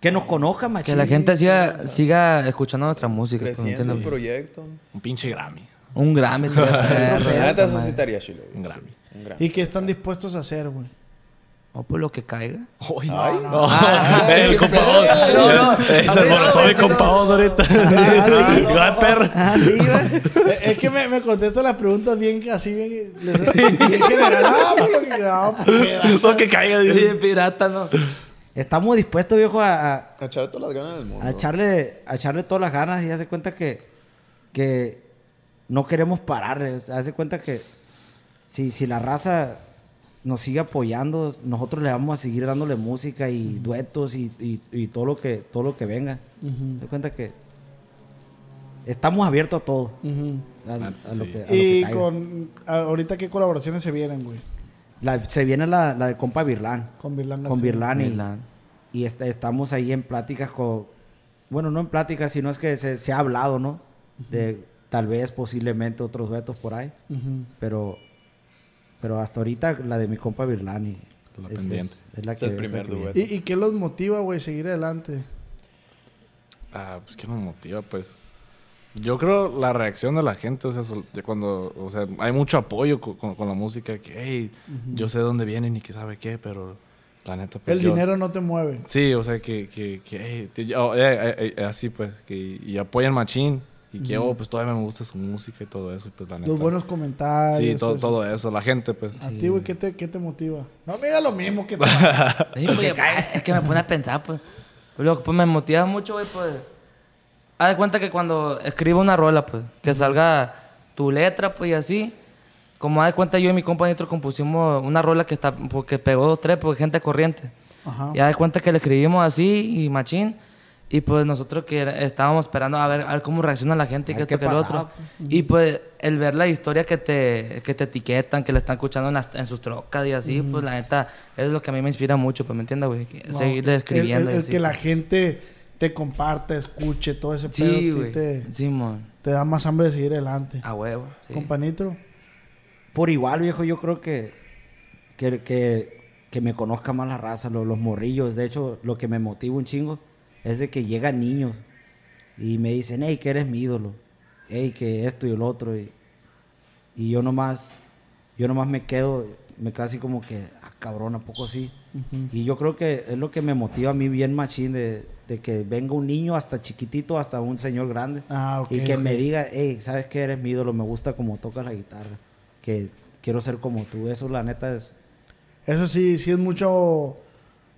S4: Que nos conozcan, machín.
S3: Que la gente siga, siga escuchando nuestra música. pues,
S6: creciendo el
S3: ¿entiendes?
S6: proyecto.
S5: Un pinche Grammy.
S3: Un Grammy. te voy a traer,
S6: La
S3: esa
S6: neta, eso sí
S3: madre.
S6: estaría chilo. viejo,
S5: Un
S6: sí,
S5: Grammy.
S6: Un Grammy.
S2: ¿Y qué están dispuestos a hacer, güey?
S3: O por lo que caiga.
S5: Ay,
S2: no.
S5: no. (laughs) el compa Oz. Es el molotov de compa Oz ahorita. (laughs) Gran perro.
S2: Ah, Eh, (laughs) es que me, me contestan las preguntas bien así, bien, les- bien general. Ah, pues, lo que grabamos, porque-
S5: (laughs) Lo que caiga. dice.
S3: Sí, pirata, no. Estamos
S4: Dispuesto, viejo, a, a-
S6: A echar todas las ganas del mundo.
S4: a echarle, a echarle todas las ganas y hace cuenta que, que no queremos parar. o sea, hace cuenta que si, si la raza nos sigue apoyando, nosotros le vamos a seguir dándole música y duetos y, y- y todo lo que todo lo que venga. Haz cuenta que estamos abiertos a todo. a, a lo
S5: sí.
S4: que, a lo que
S2: Y
S4: caiga.
S2: con a- ahorita qué colaboraciones se vienen, güey,
S4: La- se viene la, la del compa Virlán.
S2: con Virlan
S4: Con
S2: García.
S4: Virlán y,
S3: Milán.
S4: y est- estamos ahí en pláticas con... Bueno, no en pláticas, sino es que se, se ha hablado, ¿no? De tal vez, posiblemente, otros vetos por ahí.
S2: Ujú.
S4: Pero pero hasta ahorita la de mi compa Virlani.
S5: La pendiente.
S4: la
S6: Es el
S4: es la
S6: primer
S4: que viene.
S6: dueto.
S2: ¿Y, y qué los motiva, güey, seguir adelante?
S5: Ah, pues que nos motiva, pues. Yo creo la reacción de la gente, o sea, sol- de cuando, o sea, hay mucho apoyo co- con, con la música, que, hey, yo sé dónde vienen y que sabe qué, pero la neta, pues,
S2: El
S5: yo-
S2: dinero no te mueve.
S5: Sí, o sea, que, que, que "Ey, te- oh, eh, eh, eh", así pues, que y apoyan Machín y que, oh, pues todavía me gusta su música y todo eso, y pues la neta.
S2: Los buenos comentarios.
S5: sí, todo,
S2: eso.
S5: todo eso, la gente, pues.
S2: A ti, güey, ¿qué te, qué te motiva? No me digas lo mismo
S5: (laughs)
S2: que tú.
S3: Sí, pues, es que me pone a pensar, pues. Pues, Lo que pues, me motiva mucho, güey, pues. Haz de cuenta que cuando escribo una rola, pues, que salga tu letra, pues, y así. Como haz de cuenta, yo y mi compa Nitro compusimos una rola que, está, porque pegó dos, tres, porque gente corriente.
S2: Ajá.
S3: Y haz de cuenta que le escribimos así y machín. Y pues nosotros que era- estábamos esperando a ver, a ver cómo reacciona la gente y
S4: A
S3: que
S4: ver
S3: esto
S4: qué
S3: que lo
S4: pasaba,
S3: otro. Y pues el ver la historia que te, que te etiquetan, que la están escuchando en, las- en sus trocas y así, pues la neta es lo que a mí me inspira mucho, pues me entiendes, güey. Que-
S2: No,
S3: Seguirle
S2: el-
S3: escribiendo.
S2: El,
S3: y
S2: el
S3: así.
S2: que la gente te comparte, escuche, todo ese pedo. a
S3: Sí,
S2: ti
S3: güey.
S2: Te,
S3: Simón.
S2: te da más hambre de seguir adelante.
S3: A huevo. Sí.
S2: Companitro.
S4: Por igual, viejo, yo creo que, que, que, que me conozca más la raza, lo- los morrillos. De hecho, lo que me motiva un chingo es de que llegan niños y me dicen, hey, que eres mi ídolo. hey, que esto y el otro. Y, y yo nomás, yo nomás me quedo, me quedo así como que, ah, cabrón, ¿a poco sí? Y yo creo que es lo que me motiva a mí bien machín de, de que venga un niño hasta chiquitito, hasta un señor grande.
S2: Ah, ok,
S4: Y que
S2: ok.
S4: me diga, hey, ¿sabes qué? Eres mi ídolo, me gusta como tocas la guitarra. Que quiero ser como tú. Eso la neta es...
S2: Eso sí, sí es mucho.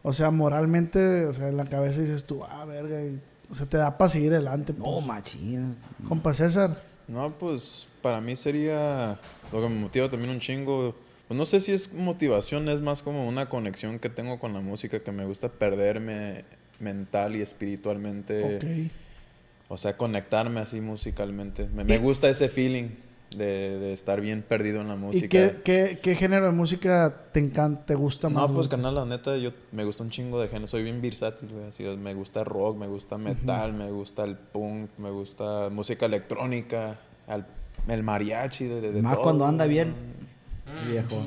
S2: O sea, moralmente, o sea, en la cabeza dices tú, ah, verga. y- o sea, te da para seguir adelante.
S4: No,
S2: pues.
S4: machín.
S2: Compa César.
S6: No, pues para mí sería lo que me motiva también un chingo. Pues no sé si es motivación, es más como una conexión que tengo con la música que me gusta perderme mental y espiritualmente.
S2: Ok.
S6: O sea, conectarme así musicalmente. Me, me gusta ese feeling de, de estar bien perdido en la música.
S2: ¿Y qué, qué, qué género de música te encanta, te gusta más?
S6: No, pues
S2: güey?
S6: canal, la neta, yo me gusta un chingo de género. Soy bien versátil, güey. Así, me gusta rock, me gusta metal, me gusta el punk, me gusta música electrónica, al- el mariachi, de, de- de
S4: Más
S6: todo,
S4: cuando
S6: güey.
S4: anda bien. Viejo.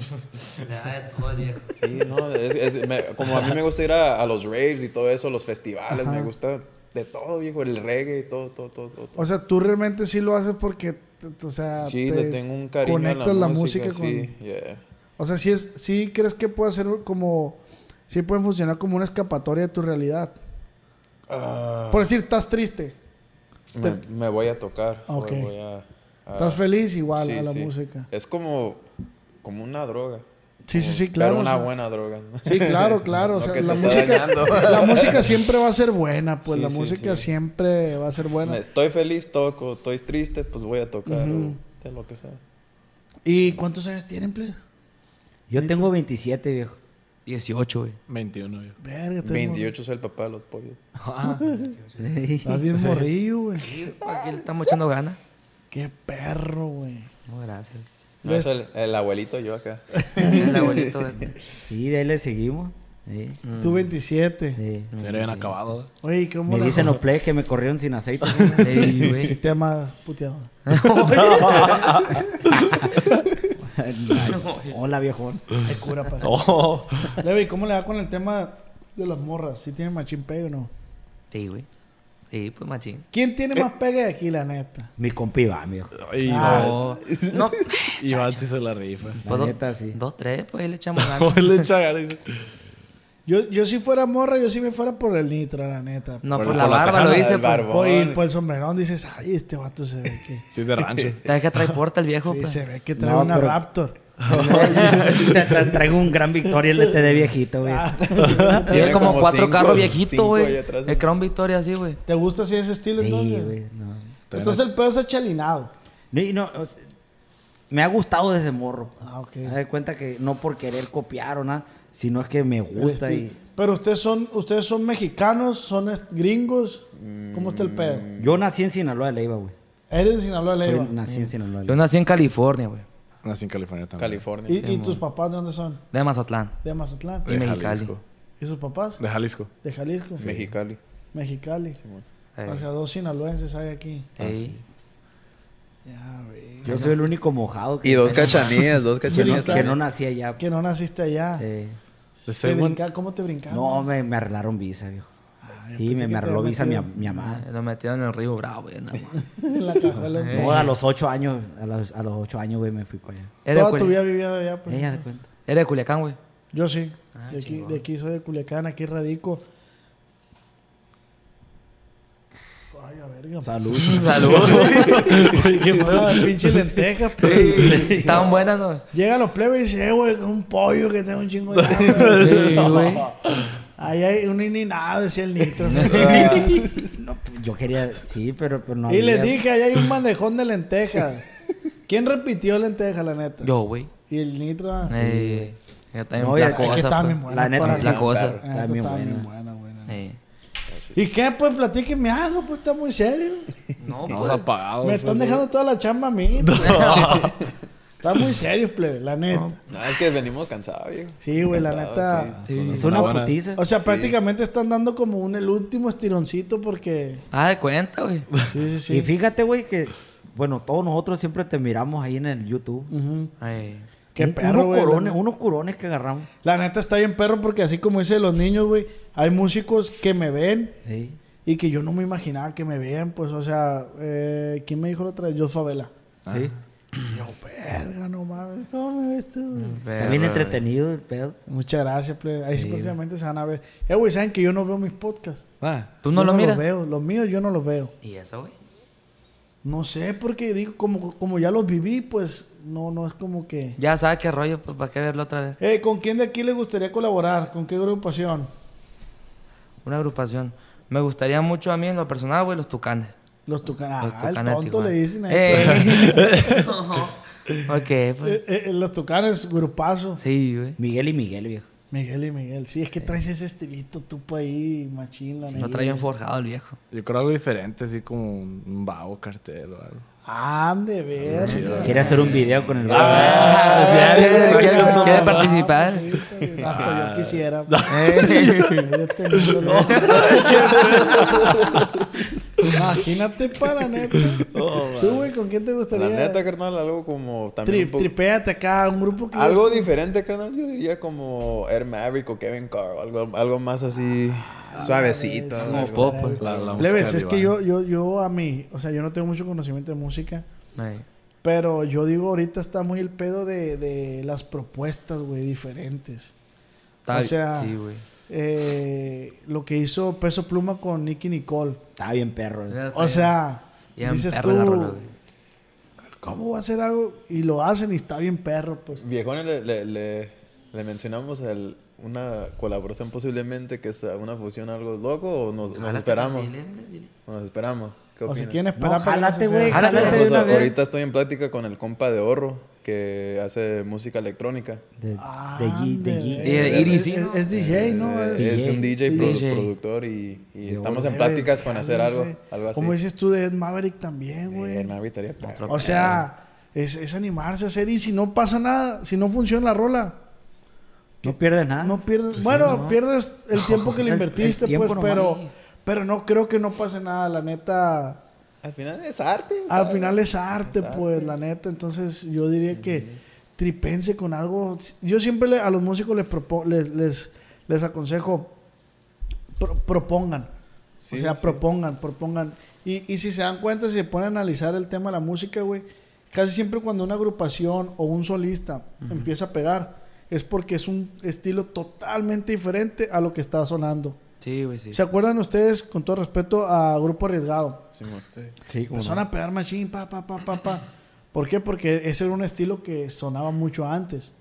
S3: Le da de todo, viejo.
S6: Sí, no, es- es- me- como a mí me gusta ir a, a los raves y todo eso, los festivales, me gusta de todo, viejo, el reggae y todo, todo, todo, todo. todo.
S2: O sea, tú realmente sí lo haces porque, t- t- o sea,
S6: sí,
S2: Ah, te
S6: le tengo un cariño
S2: conectas
S6: a la,
S2: la
S6: música,
S2: música
S6: sí, yeah.
S2: O sea, sí, es, sí crees que puede ser como, sí pueden funcionar como una escapatoria de tu realidad.
S6: Ah.
S2: Por decir, estás triste,
S6: me, me voy a tocar,
S2: Ah, ok.
S6: voy, voy a, a-
S2: estás feliz igual
S6: Ah. sí,
S2: a la
S6: sí.
S2: música.
S6: Es como, como una droga.
S2: Sí, sí,
S6: Como-
S2: sí, claro.
S6: Pero una
S2: o sea,
S6: buena droga. ¿no?
S2: Sí,
S6: (laughs)
S2: claro, claro. o
S6: No
S2: sea,
S6: que
S2: la,
S6: te esté
S2: música,
S6: dañando.
S2: (laughs)
S6: (laughs)
S2: la música siempre va a ser buena, pues
S6: Sí,
S2: la
S6: sí,
S2: música
S6: sí.
S2: siempre va a ser buena.
S6: Estoy feliz, toco. Estoy triste, pues voy a tocar.
S2: Ujú.
S6: o de lo que sea.
S2: ¿Y cuántos años tienen, pues? please?
S4: Yo tengo 27, viejo.
S3: 18, güey.
S5: 21, viejo.
S2: Verga, tengo-
S6: 28 soy el papá de los pollos.
S4: Ah,
S2: Estás bien morrillo, güey.
S3: Aquí le estamos echando ganas.
S2: Qué perro, güey.
S3: No, gracias.
S6: No es el, el abuelito
S2: (laughs)
S6: yo acá.
S3: (laughs) El abuelito de este.
S4: Sí, de ahí le seguimos. Sí.
S2: Tú 27.
S4: Sí.
S5: Seré bien acabado. güey.
S2: Oye, ¿cómo
S4: Me
S2: la-
S4: dicen los plebes que me corrieron sin
S2: (laughs)
S4: aceite.
S3: Ey,
S2: Si (laughs)
S3: güey.
S2: te ama puteador.
S4: Hola, viejón.
S2: Ay, cura, padre. Levi, ¿cómo le va con el tema de las morras? ¿Si tiene machín pegue o no?
S3: Sí, güey. Sí, pues machín.
S2: ¿Quién tiene más pegue de aquí, la neta?
S4: Mi compa
S2: (laughs)
S4: Iván, viejo.
S5: Ay,
S2: Ah.
S3: No, no.
S2: (laughs)
S5: Iván sí se la rifa.
S4: La
S3: Pues do-
S4: neta, sí.
S3: Dos, tres, pues ahí le echamos
S5: Como (laughs)
S3: ganas.
S5: le echa ganas, dice,
S2: Yo, yo si fuera morra, yo si me fuera por el nitro, la neta.
S3: No, por,
S5: Por-
S3: la
S5: por la
S3: barba
S5: tejana
S3: lo
S5: del
S3: hice. pues.
S6: barbón.
S2: Por, el, por el sombrerón dices, ay, este vato se ve que...
S5: Sí, es de rancho.
S2: (laughs)
S3: Sabes pues, que trae porta el viejo,
S2: Sí,
S3: pues.
S2: se ve que trae
S4: No,
S2: una
S4: pero-
S2: Raptor.
S4: Te, te traigo un gran victoria el de viejito, güey.
S2: Ah,
S3: Tiene, como, cuatro carros viejitos, güey. El Crown Victoria así, güey.
S2: ¿Te gusta así ese estilo
S4: Sí,
S2: entonces?
S4: güey. No.
S2: Entonces el pedo es achalinado.
S4: No, y no, o sea, me ha gustado desde morro.
S2: Ah, ok.
S4: Haz de cuenta que no por querer copiar o nada, sino es que me
S2: El
S4: gusta
S2: estilo.
S4: y...
S2: Este, Pero ustedes son, ustedes son mexicanos, son est- gringos. ¿Cómo está el pedo?
S4: Yo nací en Sinaloa de Leiva, güey.
S2: Eres de Sinaloa,
S4: Soy-
S2: Leiva.
S4: Nací en Sinaloa de
S3: Yo
S4: Leiva.
S3: nací en California, güey.
S5: Nací Ah, en California también.
S6: California.
S2: ¿Y, y tus papás de dónde son?
S3: De Mazatlán.
S2: De Mazatlán.
S3: Y
S5: De
S3: Mexicali.
S5: Jalisco.
S2: ¿Y sus papás?
S5: De Jalisco.
S2: De Jalisco.
S6: Mexicali.
S2: Mexicali.
S3: Ey,
S2: O sea, dos sinaloenses hay aquí.
S4: Ah,
S3: ey.
S2: Ya, güey.
S4: Yo soy el único mojado que,
S6: Y dos cachanillas,
S2: (laughs)
S6: dos
S4: que no,
S6: cachanillas.
S4: que no nací allá.
S2: Que no naciste allá.
S4: Eh,
S5: The
S2: ¿Te
S5: same one.
S2: brinca- ¿Cómo te brincaron?
S4: no, me, me arreglaron visa, viejo.
S2: Ay, Ah, yo
S4: Y
S2: pensé
S4: me,
S2: que te
S4: me arregló
S2: habían
S4: visa mi,
S2: metido Ah,
S4: mi mamá.
S3: eh, Lo metieron en el río Bravo, güey. nada más.
S2: (laughs) En la cajuela.
S4: No, a los ocho años, a los, a los ocho años, güey, me fui para allá.
S3: Eres de,
S2: Toda tu
S3: Culiacán.
S2: vida vivía allá, pues.
S4: Ella de cuenta.
S3: Eres de Culiacán, güey. (laughs)
S2: Yo sí.
S3: Ah,
S2: de, aquí,
S3: chingón.
S2: de aquí soy de Culiacán, aquí radico. Ay, a verga. (laughs)
S4: Salud.
S3: Saludos.
S2: Oye, qué pedo, pinche lentejas, pues.
S3: Estaban buenas, ¿no?
S2: Llega a los plebes y dice, eh, güey, un pollo que tengo un chingo
S3: (laughs)
S2: de hambre.
S3: Sí, güey.
S2: Ahí hay un ni nada, decía el
S3: (laughs)
S2: nitro.
S4: No, pues, yo quería, sí, pero, pero no
S2: y les
S4: había-
S2: dije, ahí hay un manejón de lentejas. ¿Quién repitió lentejas, la neta?
S3: Yo, güey.
S2: Y el nitro. ah, sí.
S3: Ey, eh, Yo también
S4: No,
S3: la
S4: es que
S3: cosa,
S2: estaba
S3: pues.
S2: bien buena.
S4: La neta,
S2: Para
S4: sí.
S3: la cosa.
S2: La neta
S4: Está bien
S2: estaba bien
S4: buena.
S2: buena, buena.
S3: Ey.
S2: ¿Y qué? Pues platíquenme algo, pues está muy serio.
S3: No,
S5: Estamos
S3: pues.
S5: apagados.
S2: Me
S5: pues,
S2: están
S5: güey.
S2: dejando toda la chamba a
S6: (laughs)
S2: mí. está muy serio, plebe, la neta.
S6: No, es que venimos cansados, viejo.
S2: Sí, güey, la
S6: Cansados,
S2: neta.
S6: sí.
S4: Es
S5: Son
S4: una
S5: las buenas.
S4: putiza.
S2: O sea,
S6: Sí.
S2: prácticamente están dando como un el último estironcito porque.
S3: Ah, de cuenta, güey.
S2: Sí, sí, sí.
S4: (laughs) Y fíjate, güey, que, bueno, todos nosotros siempre te miramos ahí en el YouTube.
S2: Ujú.
S3: Ey.
S2: Qué
S4: Un-
S2: perro,
S4: unos
S2: güey.
S4: curones,
S2: la-
S4: unos curones que agarramos.
S2: La neta está bien perro porque así como dice los niños, güey, hay músicos que me ven
S4: Sí.
S2: y que yo no me imaginaba que me vean, pues, o sea, eh, ¿quién me dijo la otra vez? Yo Favela.
S3: Ah,
S4: Sí.
S2: Y yo, verga, no mames, ¿cómo me ves tú?
S4: Está bien entretenido el pedo.
S2: Muchas gracias, plebe. Ahí próximamente se van a ver. Eh, güey, saben que yo no veo mis podcasts.
S5: Ah,
S3: ¿Tú no
S2: Yo
S3: lo
S2: Los
S3: miras?
S2: veo, los míos yo no los veo.
S3: ¿Y eso, güey?
S2: No sé, porque digo, como, como ya los viví, pues no, no es como que.
S3: Ya sabes qué rollo, pues, ¿para qué verlo otra vez?
S2: Eh, ¿Con quién de aquí le gustaría colaborar? ¿Con qué agrupación?
S3: Una agrupación. Me gustaría mucho a mí, en lo personal, güey, los tucanes.
S2: Los tucanes.
S3: Los
S2: Ah, el
S3: Tucanes de
S2: tonto
S3: Tijuana.
S2: le dicen ahí.
S3: ¡Ey! No.
S2: (laughs)
S3: ¿Por qué, pues?
S2: Eh, eh, eh, los tucanes, grupazo.
S3: Sí, güey.
S4: Miguel y Miguel, viejo.
S2: Miguel y Miguel. Sí, es que traes ese estilito tú pa' ahí, machín, la
S3: No
S2: neta.
S3: traía forjado el viejo.
S5: Yo creo algo diferente, así como un vago cartel o algo.
S2: Ande, verga.
S4: Quiere hacer un video con el
S3: Ah, ¿Quiere
S2: Ay,
S3: quiere-
S2: no,
S3: quiere
S2: no,
S3: participar?
S2: sí, está bien. Hasta yo quisiera. De este mundo, ¿no? Imagínate para la neta. ¿Tú, güey, con quién te gustaría?
S6: La neta, carnal, algo como también
S2: Trip,
S6: un po-
S2: tripéate acá, un grupo que.
S6: Algo diferente, carnal, yo diría como Air Maverick o Kevin Carr, algo, algo más así
S2: Ah,
S6: suavecito.
S2: es
S6: algo
S2: como
S6: así.
S3: pop.
S5: La, la
S2: Plebes,
S5: música
S2: es que
S5: divana.
S2: yo,
S5: (laughs)
S2: yo, yo a mí, o sea, yo no tengo mucho conocimiento de música,
S3: Ey.
S2: pero yo digo, ahorita está muy el pedo de, de las propuestas, güey, diferentes.
S3: Está-
S2: O sea,
S3: sí, güey.
S2: Eh, lo que hizo Peso Pluma con Nicky Nicole.
S4: Está bien, perro. eso.
S2: O sea,
S3: Bien
S2: dices
S3: perra
S2: tú,
S3: la rola, güey.
S2: ¿cómo va a hacer algo? Y lo hacen y está bien perro, pues.
S6: Viejones, le, le, le- le mencionamos el- una colaboración posiblemente que es una fusión algo loco o nos, nos
S3: Jálate,
S6: esperamos.
S3: dile, dile.
S6: O nos esperamos. ¿Qué
S2: ¿eh? O si
S6: opinan?
S2: quieren
S4: No,
S2: esperar para que
S4: jálate,
S2: se
S4: güey.
S2: sea.
S3: Jálate.
S4: Jálate de
S6: O sea,
S4: una vez.
S6: ahorita estoy en plática con el compa de Horro que hace música electrónica.
S4: De, de, G-
S2: Ande,
S4: de
S2: verga.
S3: Y-
S4: G-
S3: y-
S2: Es-
S3: y-
S2: es- Es DJ, ¿no?
S6: Eh,
S2: Es-
S6: es un DJ, produ-
S3: DJ.
S6: productor y, y estamos en
S2: Debes,
S6: pláticas con hacer algo,
S2: jálese.
S6: algo así.
S2: Como dices tú de Ed Maverick también, güey.
S6: Eh, no, ahorita haría perro.
S3: Otro
S2: O sea, es, es animarse a hacer y si no pasa nada, si no funciona la rola,
S4: No pierdes nada. Pues
S2: no pierdes, bueno, pierdes el tiempo que le
S4: El- el
S2: invertiste,
S4: tiempo
S2: pues,
S4: nomás.
S2: pero, pero no creo que no pase nada, la neta.
S6: Al final es arte.
S2: Al
S6: ¿sabes?
S2: final es arte, pues, la neta. Entonces, yo diría que tripense con algo. Yo siempre le- a los músicos les, propo- les, les, les aconsejo, pro- propongan.
S6: Sí,
S2: o sea,
S6: sí.
S2: propongan, propongan. Y, y si se dan cuenta, si se ponen a analizar el tema de la música, güey, casi siempre cuando una agrupación o un solista empieza a pegar, es porque es un estilo totalmente diferente a lo que está sonando.
S3: Sí, güey, sí.
S2: ¿Se acuerdan ustedes, con todo respeto, a Grupo Arriesgado?
S6: Simón.
S4: Sí, como
S2: Empezaron a pegar machín, pa, pa, pa, pa, pa. ¿Por qué? Porque ese era un estilo que sonaba mucho antes.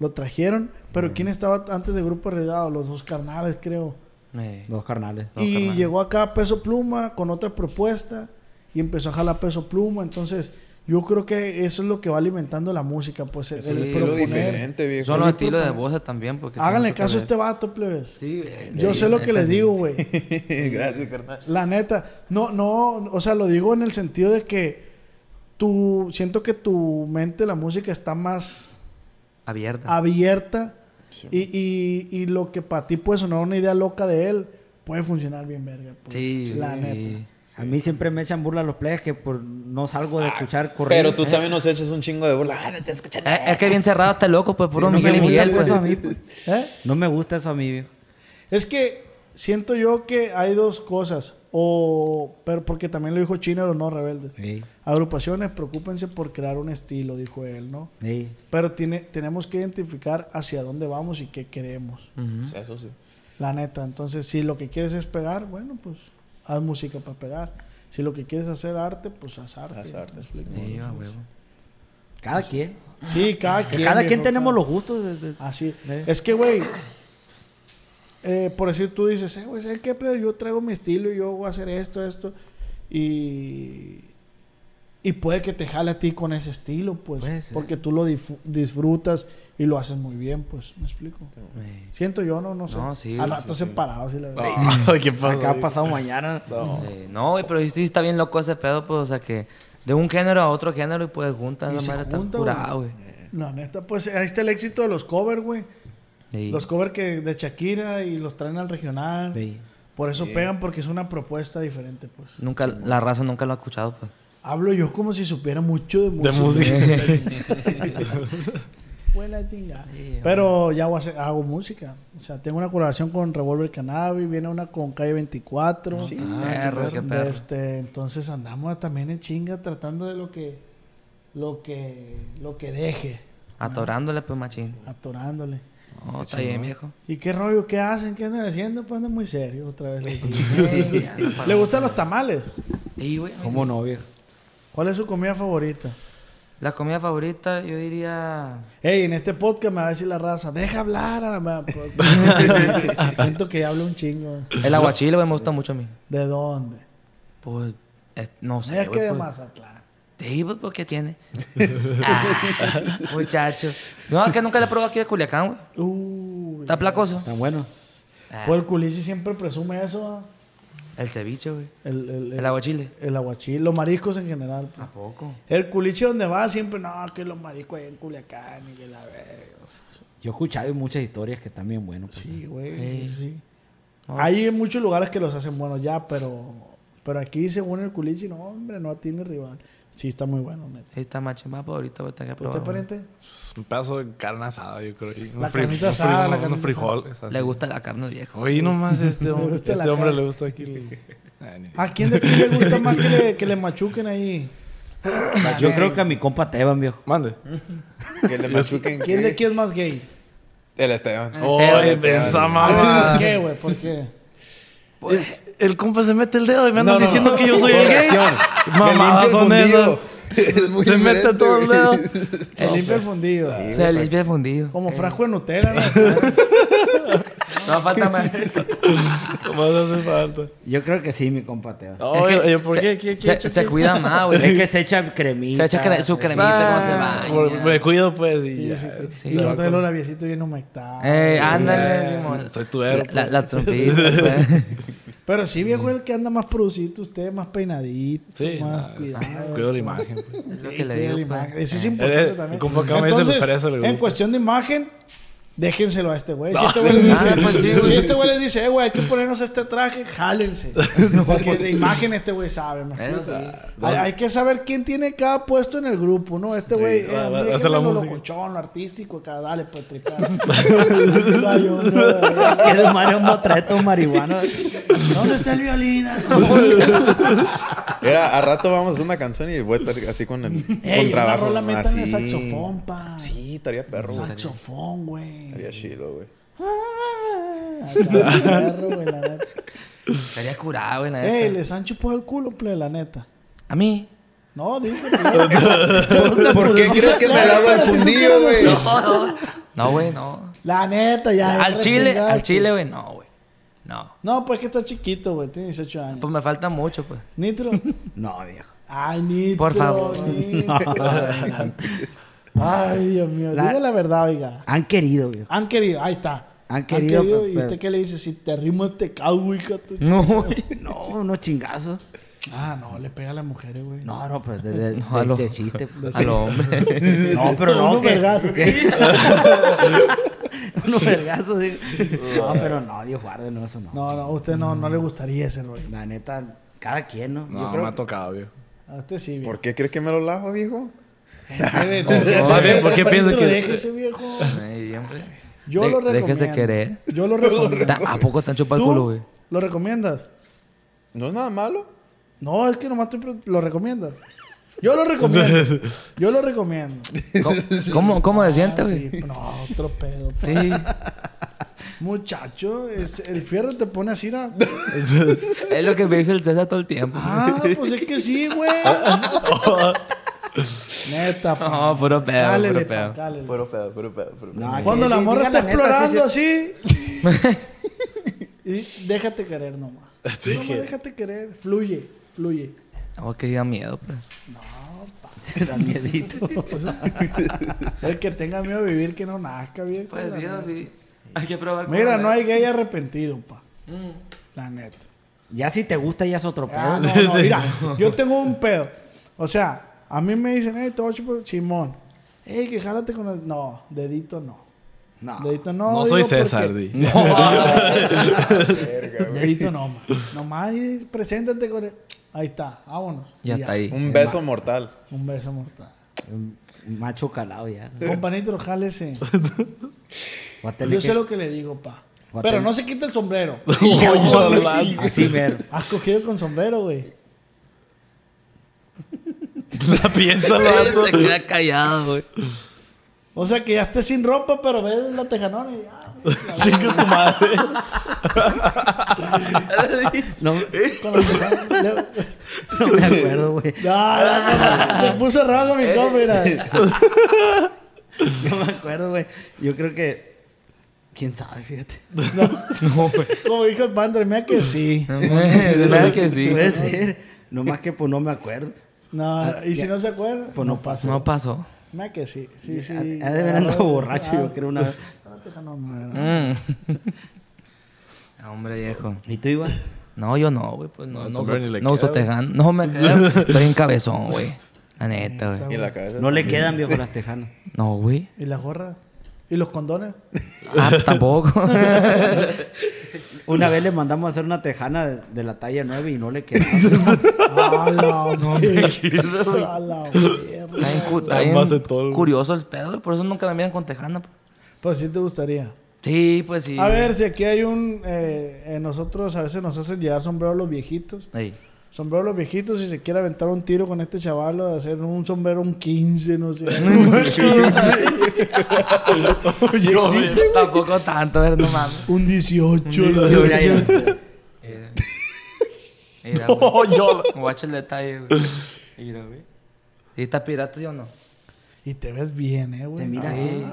S2: Lo trajeron, pero
S3: Mm.
S2: ¿quién estaba antes de Grupo Redado? Los dos carnales, creo.
S3: Ey.
S4: Dos carnales.
S3: Dos
S2: y
S3: carnales.
S2: llegó acá Peso Pluma con otra propuesta y empezó a jalar Peso Pluma. Entonces, yo creo que eso es lo que va alimentando la música. Pues el,
S6: Es un
S2: el
S6: estilo
S2: proponer.
S6: diferente, este viejo.
S3: Son los
S2: Oye,
S3: estilos de
S2: propongan.
S3: voces también. Porque
S2: Háganle
S3: tiene mucho
S2: caso a
S3: que
S2: este vato, plebes.
S3: ver. Sí, güey.
S2: yo
S3: Sí,
S2: sé lo que
S3: neta,
S2: les
S3: sí.
S2: digo, güey.
S6: (laughs) Gracias, carnal.
S2: La neta, no, no, o sea, lo digo en el sentido de que tu, siento que tu mente, la música está más
S3: Abierta.
S2: abierta y, y- y lo que para ti puede sonar una idea loca de él, puede funcionar bien, verga. pues,
S3: Sí,
S2: la
S3: güey,
S2: neta.
S3: sí.
S4: A mí siempre me echan burla los players que por no salgo de escuchar eh. correr.
S6: Pero tú también nos echas un chingo de bola. Ah, no te escuchas
S3: Eh, Es que bien cerrado está loco, pues puro
S4: no
S3: Miguel
S4: me
S3: y
S4: gusta
S3: Miguel, pues.
S4: eso a mí. pues.
S2: ¿Eh?
S4: No me gusta eso a mí, viejo.
S2: Es que siento yo que hay dos cosas, o, pero porque también lo dijo Chino, no rebeldes.
S4: Sí.
S2: Agrupaciones, preocúpense por crear un estilo, dijo él, ¿no?
S4: Sí.
S2: Pero tiene, tenemos que identificar hacia dónde vamos y qué queremos.
S3: Ujú.
S6: Eso sí.
S2: La neta, entonces si lo que quieres es pegar, bueno, pues haz música para pegar. Si lo que quieres hacer arte, pues haz arte.
S6: Haz arte.
S2: ¿me explico?
S3: Sí, a huevo.
S4: Cada quien.
S2: Sí, cada
S4: Que
S2: quien.
S4: cada quien
S2: viejo, Ah,
S4: tenemos
S2: cada-
S4: los gustos. de- de-
S2: Así.
S4: Eh.
S2: Es que, güey, eh, por decir tú dices, eh, güey, ¿sabes qué? Pero yo traigo mi estilo y yo voy a hacer esto, esto. Y. Y puede que te jale a ti con ese estilo, pues.
S4: Puede ser.
S2: Porque tú lo difu- disfrutas y lo haces muy bien, pues. ¿Me explico?
S3: Ey.
S2: Siento yo, no, no sé.
S3: No, sí,
S2: Al
S3: sí, Ah,
S2: rato separados, sí, la verdad.
S5: ¿Qué pasó?
S4: Acá ha pasado mañana.
S3: Sí, No, güey, pero sí está bien loco ese pedo, pues, o sea que de un género a otro género y pues juntas,
S2: Y
S3: la
S2: se
S3: madre está
S2: junta,
S3: curada, güey.
S2: La neta, pues ahí está el éxito de los covers, güey.
S3: Sí.
S2: Los covers que de Shakira y los traen al regional.
S4: Sí.
S2: Por eso pegan, porque es una propuesta diferente, pues.
S3: Nunca, la raza nunca lo ha escuchado, pues.
S2: Hablo yo como si supiera mucho de música.
S5: música.
S2: (laughs) Fue la chingada. Pero ya hago, hace- hago música. O sea, tengo una colaboración con Revolver Cannabis, viene una con Calle 24.
S3: Perro, qué
S2: De
S3: perro.
S2: Este, entonces andamos también en chinga tratando de lo que lo que lo que deje,
S3: Atorándole, pues, machín.
S2: atorándole.
S3: No, está bien, viejo.
S2: ¿Y qué rollo? ¿Qué hacen? ¿Qué andan haciendo? Pues andan muy serios otra vez. les digo.
S3: (laughs) Ey, anda pa'
S2: ¿Le gustan los tamales?
S3: Sí, güey.
S4: ¿Cómo no, viejo?
S2: ¿Cuál es su comida favorita?
S3: La comida favorita, yo diría...
S2: Ey, en este podcast me va a decir la raza, deja hablar. a la
S3: (laughs)
S2: ma- Siento que ya hablo un chingo.
S3: El aguachile, güey, me gusta mucho a mí.
S2: ¿De dónde?
S3: Pues, es- no
S2: No, es
S3: sé,
S2: que
S3: güey.
S2: de
S3: pues.
S2: Mazatlán.
S3: Sí, pues, ¿por qué tiene? (laughs) Ah, muchacho. No, es que nunca la he probado aquí de Culiacán, güey.
S2: Uy.
S3: ¿Está placoso?
S4: Tan bueno.
S3: Ah,
S2: Pues el culichi siempre presume eso. ¿va?
S3: el ceviche, güey.
S2: El, el,
S3: El aguachile. Ah.
S2: el aguachil, los mariscos en general. pues.
S3: ¿A poco?
S2: El culichi donde va siempre, no, que los mariscos ahí en Culiacán y que la verga.
S4: Yo he escuchado muchas historias que están bien buenas. pues.
S2: Sí, güey,
S3: Ey.
S2: sí.
S3: No.
S2: Hay en muchos lugares que los hacen buenos ya, pero pero aquí según el culichi, no, hombre, no tiene rival. Sí, está muy bueno, neta.
S3: Sí, está machín más favorito, güey. Tengo que
S2: ¿Usted,
S3: probar. güey.
S2: pariente?
S5: Pues, Un pedazo de carne asada, yo creo. y
S2: La
S5: un fri-
S2: carnita
S5: un fri-
S2: asada, la
S5: unos-
S2: carnita
S5: Unos frijoles. así.
S3: Le gusta la carne al viejo.
S5: Oye,
S2: (laughs)
S5: nomás este hombre.
S2: gusta
S5: Este
S2: la
S5: hombre
S2: cara.
S5: le gusta aquí.
S2: (laughs)
S5: el- Ah, ni-
S2: ¿A quién de aquí le gusta más que
S5: (laughs)
S2: le, que le machuquen ahí?
S4: Yo creo que a mi compa Teban, viejo.
S5: Mande.
S6: Que le machuquen.
S2: ¿Quién de
S6: ¿qué?
S2: aquí es más gay?
S6: El Esteban.
S3: Oh, Esteban,
S5: Oye,
S6: Esteban.
S5: esa
S2: (laughs) ¿Por
S5: mamá.
S2: Ah, qué, güey? ¿Por qué?
S5: El, el compa se mete el dedo y me andan
S6: No, no,
S5: diciendo
S6: no.
S5: que yo soy el
S2: (laughs)
S5: gay.
S6: Corrección.
S5: Mamadas
S6: Me
S5: son
S6: limpia el
S5: esas.
S6: fundido. Es muy
S5: Se mete
S6: diferente,
S5: todo el
S6: güey.
S5: dedo. (laughs)
S2: (laughs)
S5: pues,
S2: Se limpia el fundido.
S3: Se limpia el fundido.
S2: Como frasco de Nutella. ¿no?
S3: No falta más.
S5: (laughs) ¿Cómo hace falta?
S4: Yo creo que sí, mi compa Teban.
S5: Oye,
S3: Es que
S5: oye, ¿por
S3: se-
S5: qué? ¿Qué- qué-
S3: se-
S5: qué-
S3: Se
S5: qué?
S3: cuida más,
S4: Es
S3: güey.
S4: que se echa cremita.
S3: Se echa cre- su cremita, cómo se
S5: Ah, por-
S3: baña.
S5: Me cuido, pues. Y ya.
S3: Sí.
S2: y luego trae los labiecitos bien humectados.
S3: Ey, ándale,
S5: eh,
S3: Simón.
S5: soy tubero,
S3: La- La, la trompita, pues.
S2: Pero sí, viejo, el que anda más producido, usted más peinadito,
S5: Sí,
S2: más
S5: nada,
S2: cuidado.
S5: Cuido la imagen. pues.
S3: Es lo
S2: Sí, cuida
S3: que le
S2: la
S3: digo, pues.
S2: imagen. Eso es importante
S5: Eh, eh,
S2: también.
S5: compa, acá me dice el fresa del
S2: en
S5: grupo.
S2: cuestión de imagen, déjenselo a este güey. Si este güey les
S3: Ah,
S2: dice,
S3: pues sí, güey.
S2: si este güey les dice, eh, güey, hay que ponernos este traje,
S3: (laughs)
S2: jálense. Porque de imagen este güey sabe. ¿me
S3: Bueno,
S2: explico?
S3: sí.
S2: Hay, hay que saber quién tiene cada puesto en el grupo, ¿no? Este güey, eh, a
S5: va-
S2: mí
S5: va- hace
S2: déjenme
S5: la
S2: lo
S5: música.
S2: locochón, lo artístico, acá, dale, pues,
S3: (laughs)
S2: tripear. Ay, hombre,
S4: (laughs) Que de Mario Motreto, marihuana.
S2: ¿Dónde está el violín?
S6: Era, a rato vamos a hacer una canción y voy a estar así con el
S2: Ey,
S6: con
S2: una
S6: trabajo.
S2: rola metan el
S6: así.
S2: saxofón, pa.
S6: Sí, estaría perro. güey.
S2: Saxofón, güey.
S6: Estaría chido, güey.
S2: Ah, acá, perro, güey, la neta.
S3: Estaría curado, güey, la
S2: Ey,
S3: neta.
S2: les han chupado el culo, ple, la neta.
S3: A mí.
S2: No, dije. ple. pues,
S6: ¿Por qué crees que me
S2: Claro,
S6: lavo el
S2: pero si tú
S6: fundillo,
S2: quieres
S6: (laughs) güey?
S3: No, güey, no.
S2: La neta, ya.
S3: Al
S2: ya
S3: chile,
S2: renegaste.
S3: al chile, güey, no, güey. No.
S2: No, pues que está chiquito, güey. Tiene 18 años.
S3: Pues me falta mucho, pues.
S2: Nitro.
S4: No, viejo.
S2: Ay, Nitro.
S3: Por favor.
S2: Nitro. Ay, Dios mío.
S4: La-
S2: Diga la verdad, oiga.
S4: Han querido, viejo.
S2: Han querido, ahí está.
S4: Han querido, pero-
S2: ¿Y
S4: pero-
S2: usted qué le dice? Si te rimo, te cago, güey, cato.
S3: No, güey.
S4: No, unos chingazos.
S2: Ah, no, le pega a las mujeres, güey.
S4: No, no, pues de,
S2: (laughs)
S4: de-
S3: No, a
S4: de-
S3: lo-
S4: de chiste.
S3: (laughs) A los (laughs) hombres.
S4: No, pero
S2: Uno
S4: no, que...
S2: vergazo.
S4: que- Unos vergazos, digo. No, pero no, Dios guarde, no, eso no.
S2: Ah. No, no, a usted no, no le gustaría ese rollo.
S4: La neta, cada quien, ¿no?
S5: No, me ha tocado, viejo.
S2: A usted sí, viejo.
S6: ¿Por qué crees que me lo lavo, viejo?
S5: Más bien, ¿por qué
S2: Para
S5: piensas
S2: dentro,
S5: que-
S2: Déjese, viejo.
S3: Ay, siempre.
S2: Yo
S3: De-
S2: lo recomiendo.
S3: Déjese querer.
S2: Yo
S3: (laughs)
S2: lo recomiendo.
S3: Ta- ¿A poco están chupando el
S2: ¿Tú
S3: culo, güey?
S2: ¿Lo recomiendas?
S6: No es nada malo.
S2: No, es que nomás te pre- lo recomiendas. Yo lo recomiendo.
S3: (laughs)
S2: Yo lo recomiendo. (laughs)
S3: ¿Cómo, cómo, cómo se siente,
S2: Ah,
S3: güey?
S2: sí, no, otro pedo.
S3: Sí.
S2: Muchacho, es- el fierro te pone así. ¿no?
S3: Es lo que me dice el César todo el tiempo.
S2: Ah, pues es que sí,
S3: (laughs)
S2: güey. Neta, pa.
S3: No, pues, puro pedo,
S2: Cálele,
S3: puro
S2: pa,
S3: pedo.
S2: cálele.
S6: Pero pedo, pero pedo, pero pedo.
S4: Pues, No,
S2: Cuando
S4: que-
S2: la
S4: di-
S2: morra
S4: diga
S2: está
S4: la neta,
S2: explorando
S4: sí,
S2: así. (laughs) y déjate querer
S4: (laughs)
S2: nomás. Tú nomás déjate querer. Fluye, fluye.
S3: No, que da miedo, pues.
S4: sí, da miedito.
S2: El que tenga miedo a vivir, que no nazca, viejo.
S3: Pues
S2: la
S3: sí, eso
S2: neta.
S3: sí. Hay que probar.
S2: Mira,
S3: cosas
S2: no
S3: nuevas.
S2: hay gay arrepentido, pa. La neta.
S4: Ya si te gusta, ya es otro pedo.
S2: Ah,
S4: ¿no?
S2: no, no, mira, yo tengo un pedo. O sea, a mí me dicen, hey, te voy a chupar, Simón. Ey, que jálate con el... No, dedito no.
S4: No.
S2: Dedito no.
S5: No
S2: digo,
S5: soy
S2: porque-
S5: César, di.
S2: Dedito no, ma. Nomás ahí, preséntate con el... Ahí está, vámonos.
S3: Ya
S2: Y
S3: está ahí.
S6: Un beso mortal.
S2: Un beso mortal.
S4: Un macho calado ya.
S2: Companito, jálese.
S4: Voy a tener
S2: Yo
S4: que-
S2: sé lo que le digo, pa.
S4: Voy a
S2: Pero
S4: tener-
S2: no se quita el sombrero.
S4: Así, mero.
S2: Has cogido con sombrero, güey.
S5: La piensa,
S3: (laughs) Se queda
S2: (laughs)
S3: callado, güey.
S2: O sea que ya estés sin ropa, pero ves la tejanona y ya, güey,
S5: (laughs) Chinga su madre.
S4: No,
S2: con la tejana. Le-
S4: no me acuerdo, güey. Ah.
S2: No, no, no, se puso rojo mi compa,
S4: Eh.
S2: mira.
S4: No me acuerdo, güey. Yo creo que. Quién sabe, fíjate. (laughs)
S2: Como dijo el Pandre, mira que sí.
S3: No, güey,
S2: Pues,
S3: de verdad que sí.
S4: Puede ser. Nomás que pues no me acuerdo.
S2: No, y si
S4: Ah, ya.
S2: no se acuerda,
S4: Pues no pasó.
S3: No pasó.
S2: mira que sí. Sí, sí. Ah,
S4: Ha ha de haber andado borracho, yo creo, una vez.
S2: La tejanona, era.
S3: Mm. (laughs) Ah, Hombre viejo.
S4: ¿Y tú, Iván?
S3: No, yo no, güey. Pues no,
S5: No,
S3: no,
S5: el
S3: no,
S5: sombrero ni le
S3: no uso
S5: queda, güey.
S3: tejano. No, me queda. Estoy en cabezón, güey. La neta,
S2: (laughs)
S3: güey.
S6: Y en la cabeza.
S4: No (laughs) le quedan, viejo, las tejanas.
S3: No, güey.
S2: ¿Y la gorra? ¿Y los condones?
S3: Ah, tampoco. (laughs)
S4: Una vez le mandamos a hacer una tejana de, de la talla 9 y no le quedaba. (laughs)
S2: ¡A la mierda! ¡A la mierda!
S3: Está bien cu- está
S5: La
S3: bien
S5: más de todo, güey.
S3: curioso el pedo, güey. Por eso nunca me miran con tejana. pues.
S2: Pues sí te gustaría.
S3: Sí, pues sí.
S2: A
S3: güey.
S2: ver, si aquí hay un... eh, eh, nosotros a veces nos hacen llevar sombrero los viejitos.
S3: Ey.
S2: Sombrero los viejitos, si se quiere aventar un tiro con este chaval o de hacer un sombrero un 15, no sé.
S3: Tampoco tanto, a ver, no
S2: (laughs)
S3: mames.
S2: un 18. la
S4: Yo, mira,
S2: verdad.
S4: yo-
S3: Mira. Mira, güey. Guacha el detalle, güey. Mira, güey. ¿Y está pirata, sí o no?
S2: Y te ves bien, eh,
S4: Te
S2: güey. Ah,
S4: mira.
S3: Sí.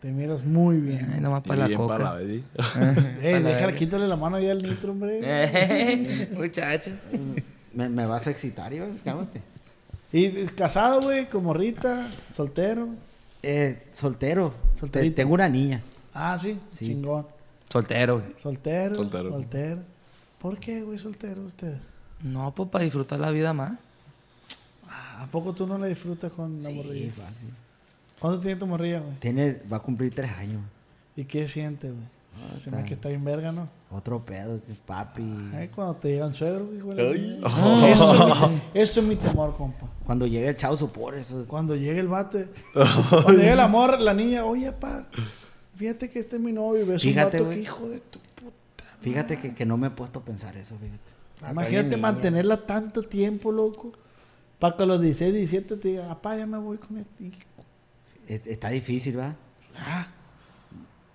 S2: Te miras muy bien.
S3: (laughs) Ay, nomás para la
S5: Bien
S3: coca.
S5: para la vez, ¿sí?
S2: Ey, déjala, quítale la mano ahí al nitro, hombre.
S3: Eh, Muchacho.
S4: Me, me vas a excitar, Iván. Cálmate.
S2: Y eh, casado, güey, con morrita, soltero.
S4: Eh, soltero.
S2: Solterito.
S4: Te- Tengo una niña.
S2: Ah, sí,
S4: Sí.
S2: chingón.
S3: Soltero, güey.
S2: Soltero, soltero.
S5: Soltero.
S2: ¿Por qué, güey, soltero ustedes?
S3: No, pues para disfrutar la vida más.
S2: Ah, ¿A poco tú no la disfrutas con la morrilla?
S4: fácil.
S2: ¿Cuánto tiene tu morrilla, güey?
S4: Tiene, va a cumplir tres años.
S2: ¿Y qué siente, güey? Se me hace que está bien verga, ¿no?
S4: Otro pedo, que papi.
S2: Ay, cuando te llegan suegros, güey. güey.
S6: Ay.
S2: Eso, es mi, eso es mi temor, compa.
S4: Cuando llegue el chavo sopor, eso es-
S2: Cuando llegue el bate, cuando llegue el amor, la niña, oye, pa, fíjate que este es mi novio y ves
S4: Fíjate,
S2: un vato
S4: güey.
S2: que hijo de tu puta.
S4: Fíjate que, que no me he puesto a pensar eso, fíjate.
S2: Imagínate mantenerla tanto tiempo, loco. Para que a los 16, 17 te diga, apá, ya me voy con este. hijo". Ah.
S4: E- Está difícil, ¿va?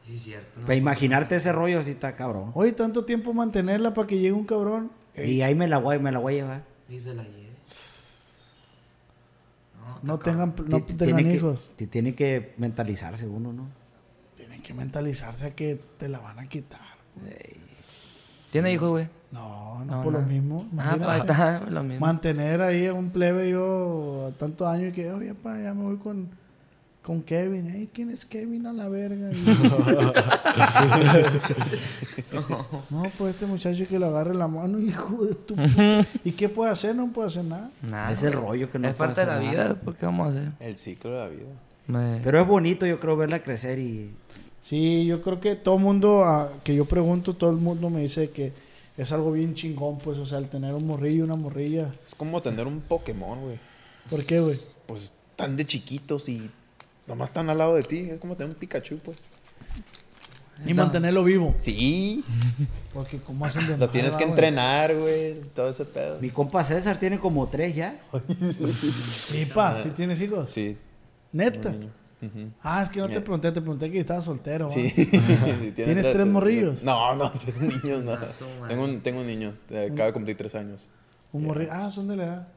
S3: Sí, cierto.
S4: Para imaginarte ese rollo así está cabrón.
S2: Oye, tanto tiempo mantenerla para que llegue un cabrón.
S4: Y ahí me la voy, me la voy a llevar.
S3: Dice la lleve.
S2: No tengan, no
S4: Ti-
S2: tengan
S4: tiene que-
S2: hijos.
S4: ti- tiene que mentalizarse uno, ¿no?
S2: Tienen que mentalizarse a que te la van a quitar.
S3: ¿Tiene hijos, güey?
S2: No, no,
S3: No,
S2: por lo
S3: no.
S2: mismo.
S3: Ah,
S2: Imagínate.
S3: pues está lo mismo.
S2: mantener ahí a un plebe yo a tantos años y que, oye, pa, ya me voy con, con Kevin. Ey, ¿Quién es Kevin a la verga? (laughs) Y- no, pues este muchacho que le agarre la mano, hijo de
S6: (laughs)
S2: tu puta. ¿Y qué puede hacer? No puede hacer nada.
S3: Nah,
S4: es el
S3: güey.
S4: rollo que no
S3: Es
S4: puedes
S3: parte de la
S4: hacer
S3: vida,
S4: nada.
S3: pues, ¿qué vamos a hacer?
S6: El ciclo de la vida.
S3: Me-
S4: Pero es bonito, yo creo, verla crecer y...
S2: Sí, yo creo que todo el mundo ah, que yo pregunto, todo el mundo me dice que es algo bien chingón, pues, o sea, el tener un morrillo, una morrilla.
S6: Es como tener un Pokémon, güey.
S2: ¿Por qué, güey?
S6: Pues están de chiquitos y nomás están al lado de ti. Es como tener un Pikachu, pues.
S2: Y mantenerlo vivo.
S6: Sí.
S2: Porque como hacen de
S6: Los tienes
S2: mala,
S6: que
S2: güey?
S6: entrenar, güey. Todo ese pedo.
S4: Mi compa César tiene como tres ya.
S2: Sí, pa, si tienes hijos.
S6: (laughs) Sí.
S2: Neta.
S6: Ujú.
S2: Ah, es que no te pregunté, te pregunté que estabas soltero.
S6: Sí.
S2: Sí.
S6: Sí, tiene
S2: ¿Tienes
S6: tres-
S2: tres morrillos?
S6: No, no, (laughs) tres niños, no.
S3: Ah, tu madre.
S6: Tengo un, tengo un niño, eh, acaba de cumplir tres años.
S2: Un morri- Ah, son de la edad.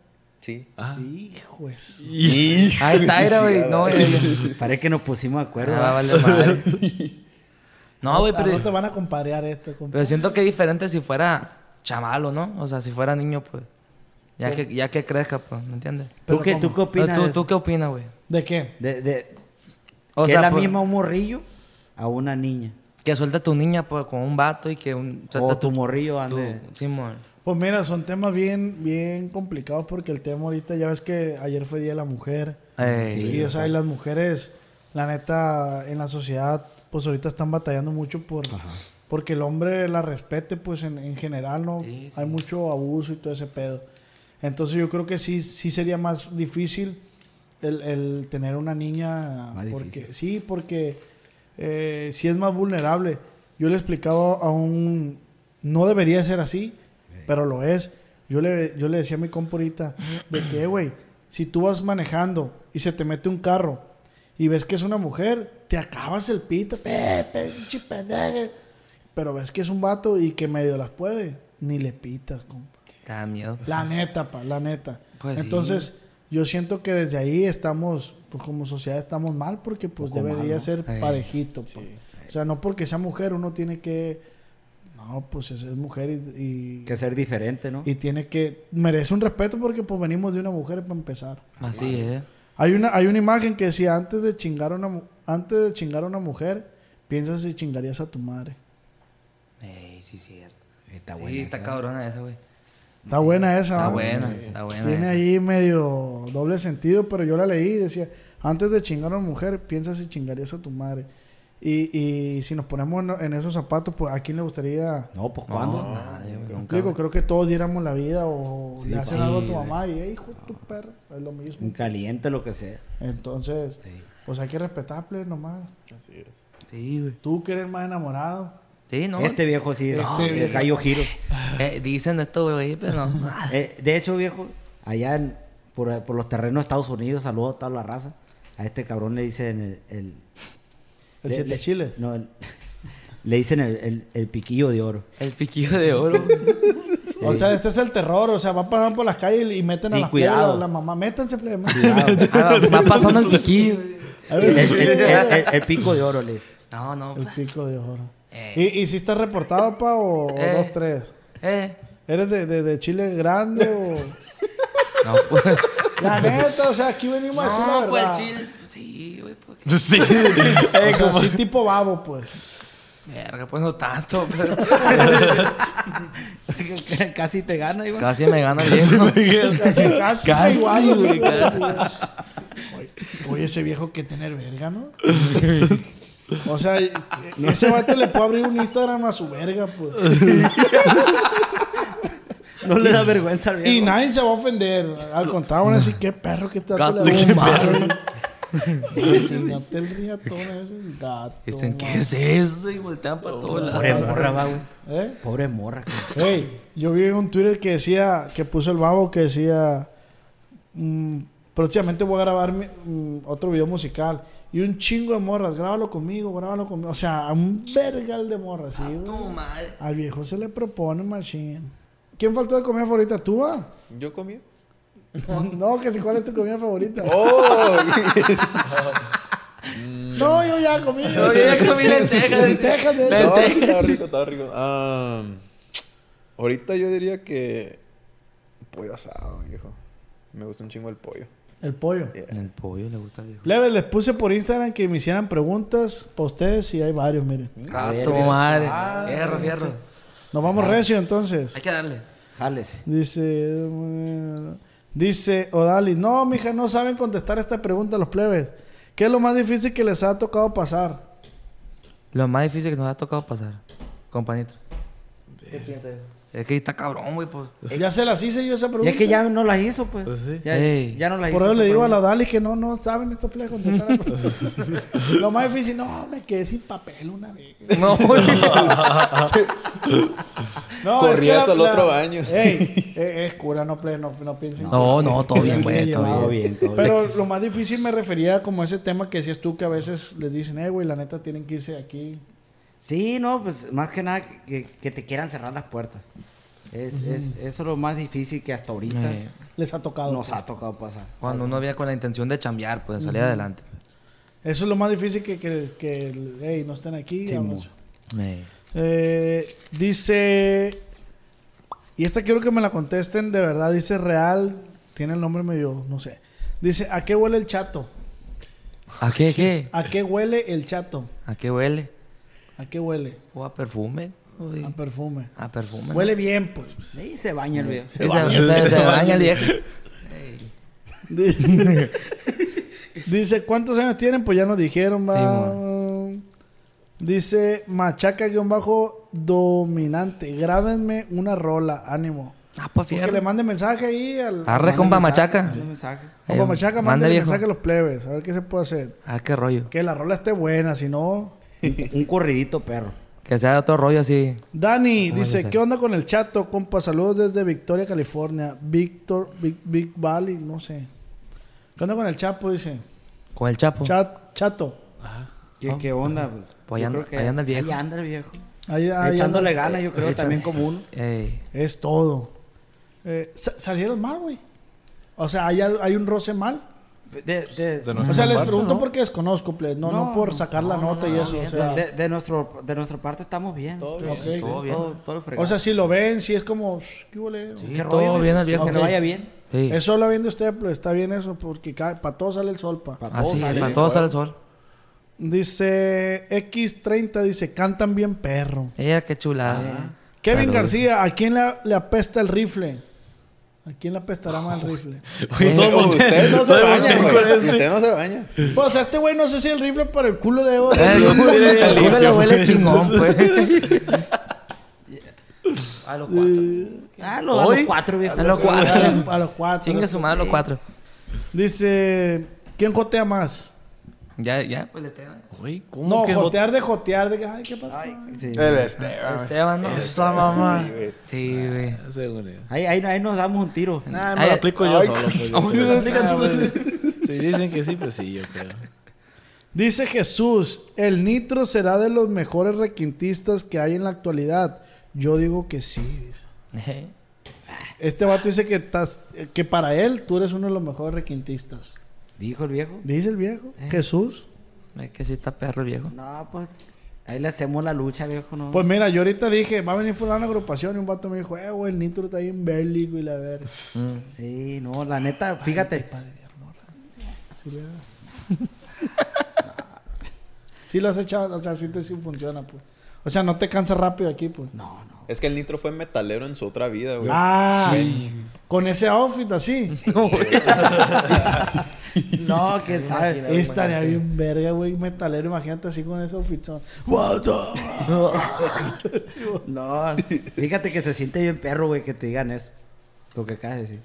S6: Sí.
S2: Ah. Hijo eso.
S6: Y...
S3: Ay, Taira, güey. No, ya, ya.
S4: Parece que nos pusimos de acuerdo.
S3: Ah,
S4: ¿va?
S3: vale madre.
S4: (laughs)
S3: No, güey,
S2: Ah, No te
S3: pero,
S2: van a comparear esto. compa.
S3: pero siento que es diferente si fuera chamalo, ¿no? O sea, si fuera niño, pues. Ya, que, ya que crezca, pues, ¿me entiendes?
S4: ¿Tú,
S2: pero
S4: qué,
S2: ¿cómo?
S4: ¿Tú qué
S3: Pero
S4: opinas? de
S3: ¿Tú,
S4: eso?
S3: ¿Tú qué opinas, güey?
S2: ¿De qué?
S4: De- de-
S3: O
S4: que es
S3: sea,
S4: la
S3: pues,
S4: misma un morrillo a una niña.
S3: que suelta a tu niña, pues, con un vato y que un...
S4: O
S3: suelta
S4: Oh, tu
S3: tu-
S4: morrillo ande.
S3: tu- Simón.
S2: Pues mira, son temas bien, bien complicados porque el tema ahorita, ya ves que ayer fue Día de la Mujer.
S3: Ey.
S2: y, o sea, y las mujeres, la neta, en la sociedad, pues ahorita están batallando mucho por... Porque el hombre la respete, pues, en, en general, ¿no?
S3: Sí, sí.
S2: Hay mucho abuso y todo ese pedo. Entonces yo creo que sí, sí sería más difícil el, el tener una niña.
S4: Más
S2: porque,
S4: difícil.
S2: sí, porque eh, si es más vulnerable. Yo le explicaba a un. No debería ser así, pero lo es. Yo le, yo le decía a mi compa ahorita, de que, güey, si tú vas manejando y se te mete un carro y ves que es una mujer, te acabas el pito, pe, pe, pinche pendeje. Pero ves que es un vato y que medio las puede, ni le pitas, compa.
S3: Te da miedo.
S2: La neta, pa, la neta.
S3: Pues sí.
S2: Entonces, yo siento que desde ahí estamos, pues como sociedad estamos mal porque pues
S4: Poco mal,
S2: debería
S4: ¿no?
S2: ser
S3: Ey.
S2: parejito. pa. O sea, no porque sea mujer uno tiene que... No, pues es, es mujer y, y,
S4: Que ser diferente, ¿no?
S2: y tiene que... Merece un respeto porque pues venimos de una mujer para empezar.
S3: Así eh. es.
S2: Hay una, hay una imagen que decía, antes de chingar a una, mu- antes de chingar a una mujer, piensa si chingarías a tu madre.
S3: Ey, sí, cierto.
S4: Está
S3: sí,
S4: buena
S3: está
S4: esa.
S3: cabrona esa, güey.
S2: Está buena esa,
S3: Está
S2: ¿va?
S3: buena, está buena.
S2: Tiene
S3: esa.
S2: ahí medio doble sentido, pero yo la leí y decía, antes de chingar a una mujer, piensa si chingarías a tu madre. Y, y si nos ponemos en- en esos zapatos, pues ¿a quién le gustaría?
S4: No, pues
S3: No,
S4: ¿cuándo?
S3: nadie, güey,
S2: Me
S3: nunca,
S2: explico,
S3: güey.
S2: creo que todos diéramos la vida o
S4: Sí,
S2: le hacen
S3: sí,
S2: algo a tu
S3: güey.
S2: mamá y, "Ey, hijo de tu perro, es lo mismo.
S4: Un caliente, lo que sea.
S2: Entonces,
S4: Sí.
S2: pues hay que respetarle nomás.
S6: Así es.
S3: Sí, güey.
S2: Tú que eres más enamorado,
S3: Sí, no.
S4: Este viejo sí,
S2: Este
S4: no,
S2: viejo.
S4: cayó giro.
S3: Eh, dicen esto, güey,
S4: (laughs)
S3: pero no.
S4: Eh, de hecho, viejo, allá en- por, por los terrenos de Estados Unidos, saludos a toda la raza. A este cabrón le dicen el. el
S2: el
S4: le-
S2: siete
S4: le-
S2: chiles.
S4: No, el- le dicen el, el- el piquillo de oro.
S3: El piquillo de oro. güey.
S2: O sea, este es el terror, o sea, van pasando por las calles y meten a
S4: Sí,
S2: las
S4: cuidado.
S2: cuidado. la mamá, métanse, plebe, métanse".
S4: Cuidado.
S2: (laughs)
S3: Ah, va- (laughs) va pasando el piquillo. güey.
S4: el, el- el- el- el pico de oro, le dicen.
S3: No, no.
S2: El
S3: pa.
S2: pico de oro.
S3: Eh.
S2: ¿Y, ¿Y si estás reportado, pa, o, o
S3: Eh.
S2: dos, tres?
S3: Eh.
S2: ¿Eres de, de- de Chile grande
S3: (laughs)
S2: o...?
S3: No, pues.
S2: La neta, o sea, aquí venimos a decir la
S3: No, pues el
S2: verdad.
S3: chile. Sí, güey, pues. qué
S5: Sí.
S3: Eh,
S2: O sea, sí tipo babo, pues.
S3: Verga, pues no (laughs) tanto, pero.
S4: (laughs) Casi te gana, Iván.
S3: Casi me gana bien. (laughs)
S2: Casi, casi,
S3: Casi,
S2: igual,
S3: güey,
S2: güey.
S3: casi.
S2: Oye, Oye, ese viejo que tener verga,
S3: (laughs)
S2: ¿no? O sea, e- ese vato le puede abrir un Instagram a su verga, pues.
S4: No le da vergüenza al viejo.
S2: Y nadie se va a ofender. Al contrario, van a decir, qué perro que está
S3: Gato,
S2: le
S3: qué
S2: Imagínate el riatón ese, el gato.
S3: Dicen, ¿qué
S2: man.
S3: es eso? Y voltean para todos lados.
S4: Pobre morra, va, güey.
S2: ¿Eh?
S4: Pobre morra. güey.
S2: Hey, yo vi un Twitter que decía, que puso el babo que decía, mm, próximamente voy a grabar mi- mm, otro video musical. Y un chingo de morras, grábalo conmigo, grábalo conmigo. O sea, a un vergal de morras, sí, güey.
S3: Tu madre.
S2: Al viejo se le propone, machine. ¿Quién faltó de comida favorita? ¿Tú,
S3: (laughs)
S2: ah?
S6: ¿Yo comí?
S2: No, que si cuál es tu comida favorita.
S6: ¡Oh!
S2: No, yo ya
S3: (laughs)
S2: comí.
S3: Yo ya comí lentejas. ¿eh?
S2: Lentejas, de hecho.
S6: No,
S3: Lentejas.
S6: estaba rico, estaba rico. Ah, ahorita yo diría que pollo asado, viejo. Me gusta un chingo el pollo.
S2: El pollo.
S6: Yeah.
S3: El pollo le gusta al viejo.
S2: Plebes, les puse por Instagram que me hicieran preguntas para ustedes y hay varios, miren.
S3: Ah, tu madre. Fierro, fierro.
S2: Nos vamos recio entonces.
S3: Hay que darle.
S4: Jálese.
S2: Dice. eh, Dice Odalis. No, mija, no saben contestar esta pregunta los plebes. ¿Qué es lo más difícil que les ha tocado pasar?
S3: Lo más difícil que nos ha tocado pasar, compañito. ¿Qué piensas? Es que está cabrón, güey, pues. (laughs)
S2: Ya se las hice yo esa
S4: Y
S2: pregunta.
S4: es que ya no las hizo, pues.
S5: Pues sí.
S4: Ya,
S3: Ey.
S4: ya no las
S2: Por
S4: hizo.
S2: eso le
S4: esa
S2: digo a la
S4: pregunta.
S2: Odalis que no, no saben estos plebes contestar. la
S4: (laughs)
S2: pregunta. lo más difícil, no, me quedé sin papel una vez.
S3: No, güey.
S2: No,
S6: Corrí
S2: es que la-
S6: hasta el
S2: la-
S6: otro baño.
S2: Ey, eh, es cura, no, plebes, no, no piensen.
S3: No, no,
S2: (laughs)
S3: todo bien, güey, todo
S4: Todo
S3: bien.
S4: bien, todo bien.
S2: Pero lo más difícil me refería como a ese tema que decías tú que a veces les dicen, eh, güey, la neta tienen que irse de aquí.
S4: Sí, no, pues más que nada que, que te quieran cerrar las puertas. Es, es- eso es lo más difícil que hasta ahorita
S3: Eh,
S2: Les ha tocado.
S4: nos ha tocado pasar.
S3: Cuando uno había con la intención de chambear, pues, de salir adelante.
S2: Eso es lo más difícil que, que, que hey, no estén aquí.
S4: Sí,
S2: vámonos.
S4: mo.
S3: Eh,
S2: Eh, dice, y esta quiero que me la contesten de verdad, dice Real, tiene el nombre medio, no sé. Dice, ¿a qué huele el chato?
S3: ¿A qué, qué?
S2: ¿A qué huele el chato?
S3: ¿A qué huele?
S2: ¿A qué huele?
S3: ¿O a perfume? güey.
S2: A perfume.
S3: A perfume.
S2: Huele bien, pues.
S4: Sí, se baña el viejo.
S3: ¿no? Y se, se- se baña el viejo.
S2: Di- Dice, ¿cuántos años tienen? Pues ya nos dijeron, va.
S3: Sí,
S2: Dice, machaca-dominante. Grábenme una rola, ánimo.
S3: Ah, pues
S2: Que
S3: fíjate.
S2: le mande mensaje ahí al.
S3: Arre,
S4: Manda
S3: compa
S4: mensaje,
S3: machaca.
S4: manda mensaje.
S2: Compa Machaca,
S3: manda
S2: mándale
S3: viejo.
S2: mensaje a los plebes. A ver qué se puede hacer.
S3: Ah, qué rollo.
S2: Que la rola esté buena, si no.
S4: Un corridito, perro.
S3: Que sea otro rollo así.
S2: Dani
S3: ¿Cómo
S2: dice,
S3: dice?
S2: ¿qué onda con el chato, compa? Saludos desde Victoria, California. Victor, Big, Big Valley, no sé. ¿Qué onda con el chapo? Dice.
S3: Con el chapo.
S2: Chat, chato.
S4: ¿Qué, qué onda? Pues,
S3: Pues
S4: Yo
S3: ahí
S4: creo
S3: anda- ahí anda el viejo.
S4: Ahí anda el viejo.
S2: Ahí- ahí
S4: Echándole
S2: anda.
S4: ganas, yo creo, también como uno.
S3: Ey.
S2: Es todo. Eh, sa- salieron mal, güey. O sea, hay, al- hay un roce mal.
S4: De, de-
S5: De
S2: o sea,
S5: nuestra
S2: les
S5: parte,
S2: pregunto
S5: ¿no?
S2: porque desconozco, ple. No, no, por sacar la
S4: no, no,
S2: nota
S4: no,
S2: y
S4: no,
S2: eso.
S4: bien.
S2: o, sea,
S4: de, de nuestro, de nuestra parte estamos bien.
S6: Todo
S4: Todo,
S2: ok.
S6: bien.
S3: Todo bien.
S4: todo, todo fregado.
S2: o sea, si lo ven, si es como, "Shh, ¿qué hubo, le?".
S3: Sí,
S4: ¿Qué
S3: todo
S4: rollo,
S3: bien
S4: güey?
S3: al viejo.
S4: Que le vaya bien.
S3: Sí.
S2: Eso lo viendo usted, pero está bien eso, porque para todo sale el sol, pa.
S4: Pa' todo
S3: Así,
S4: sale
S3: para
S4: bien.
S3: todos sale el sol.
S2: Dice X30, dice, cantan bien perro.
S3: Ella, qué chulada.
S2: Kevin
S3: Claro.
S2: García, ¿a quién le, le apesta el rifle? ¿A quién le apestará más el
S3: Oh.
S2: rifle?
S5: Oye, todo voltea-
S6: Ustedes
S5: (laughs)
S6: no se
S5: todo
S6: baña,
S5: voltea
S6: güey.
S5: con este.
S6: Usted no se baña.
S2: Pues o sea, este güey no sé si el rifle para el culo de Evo.
S3: Eh, yo
S5: huele
S3: el culo le
S5: limpio,
S3: huele
S5: pues.
S3: chingón, (laughs) pues. A los cuatro.
S4: Ah, lo- a los
S3: Hoy,
S4: cuatro, viejo.
S3: A los
S2: A
S3: cuatro.
S2: los cuatro.
S3: Chingue su madre, los cuatro.
S2: Dice, ¿quién jotea más?
S3: Ya, ya, pues Esteban.
S5: Güey, ¿cómo
S2: No,
S5: que
S2: jotear de jotear, de que, ay, ¿qué pasa?
S4: Sí.
S6: El Esteban. güey.
S3: Esteban, ¿no?
S5: Esa mamá.
S6: Sí, güey.
S3: Sí, güey.
S5: Ese, güey.
S4: Ahí, ahí, ahí nos damos un tiro.
S5: Nah, Ah, me
S3: Ay,
S5: lo aplico yo
S6: ay,
S3: (laughs)
S5: solo. pues, yo
S6: ay,
S5: creo.
S6: no digas
S5: Ah,
S6: tú.
S5: güey. Si dicen que sí, pues sí, yo creo.
S2: Dice Jesús, el Nitro será de los mejores requintistas que hay en la actualidad. Yo digo que sí. dice. Este vato dice que, estás, que para él tú eres uno de los mejores requintistas.
S4: Dijo el viejo.
S2: Dice el viejo, Jesús.
S3: Es que sí está perro el viejo.
S4: No, pues. Ahí le hacemos la lucha, viejo. No.
S2: Pues mira, yo ahorita dije, va a venir fulano a una agrupación y un vato me dijo, eh, güey, el Nitro está bien bélico y la verga.
S4: Sí, no, la neta, fíjate.
S2: Sí, le da. Sí lo has echado, o sea, sí te sí funciona, pues. O sea, no te cansas rápido aquí, pues.
S4: No, no.
S6: Es que el Nitro fue metalero en su otra vida, güey.
S2: Ah,
S6: Sí.
S2: con ese outfit así.
S4: No, que sabe.
S2: Estaría bien verga, güey, metalero, imagínate así con ese outfit. son-
S4: No, fíjate que se siente bien perro, güey, que te digan eso. Lo que acabas de decir.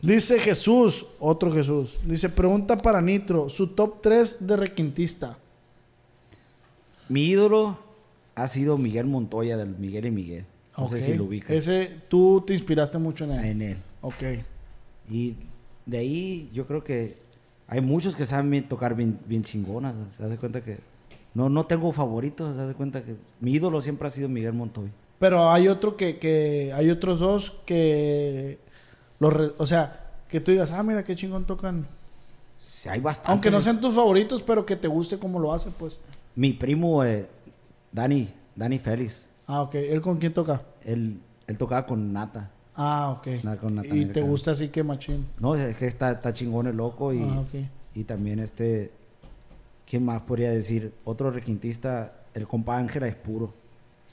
S2: Dice Jesús, otro Jesús. Dice, pregunta para Nitro, su top 3 de requintista.
S4: Mi ídolo ha sido Miguel Montoya, del Miguel y Miguel. No sé si lo ubicas.
S2: Ese, tú te inspiraste mucho en él.
S4: En él.
S2: Ok.
S4: Y de ahí yo creo que hay muchos que saben bien- tocar bien, bien chingonas. ¿no? Se hace cuenta que no, no tengo favoritos. Se hace cuenta que mi ídolo siempre ha sido Miguel Montoya.
S2: Pero hay otro que, que hay otros dos que los re- o sea, que tú digas, ah, mira qué chingón tocan.
S4: Sí, hay bastante.
S2: Aunque no sean tus favoritos, pero que te guste como lo hace, pues.
S4: Mi primo, eh, Dani, Dani Félix,
S2: Ah, ok. ¿Él con quién toca?
S4: él, él tocaba con Nata.
S2: Ah, ok.
S4: No, con Natanael
S2: y te
S4: Cano.
S2: gusta así que machín.
S4: No, es que está, está chingón el loco y,
S2: Ah, ok.
S4: y también este, ¿quién más podría decir? Otro requintista, el compa Ángela es puro.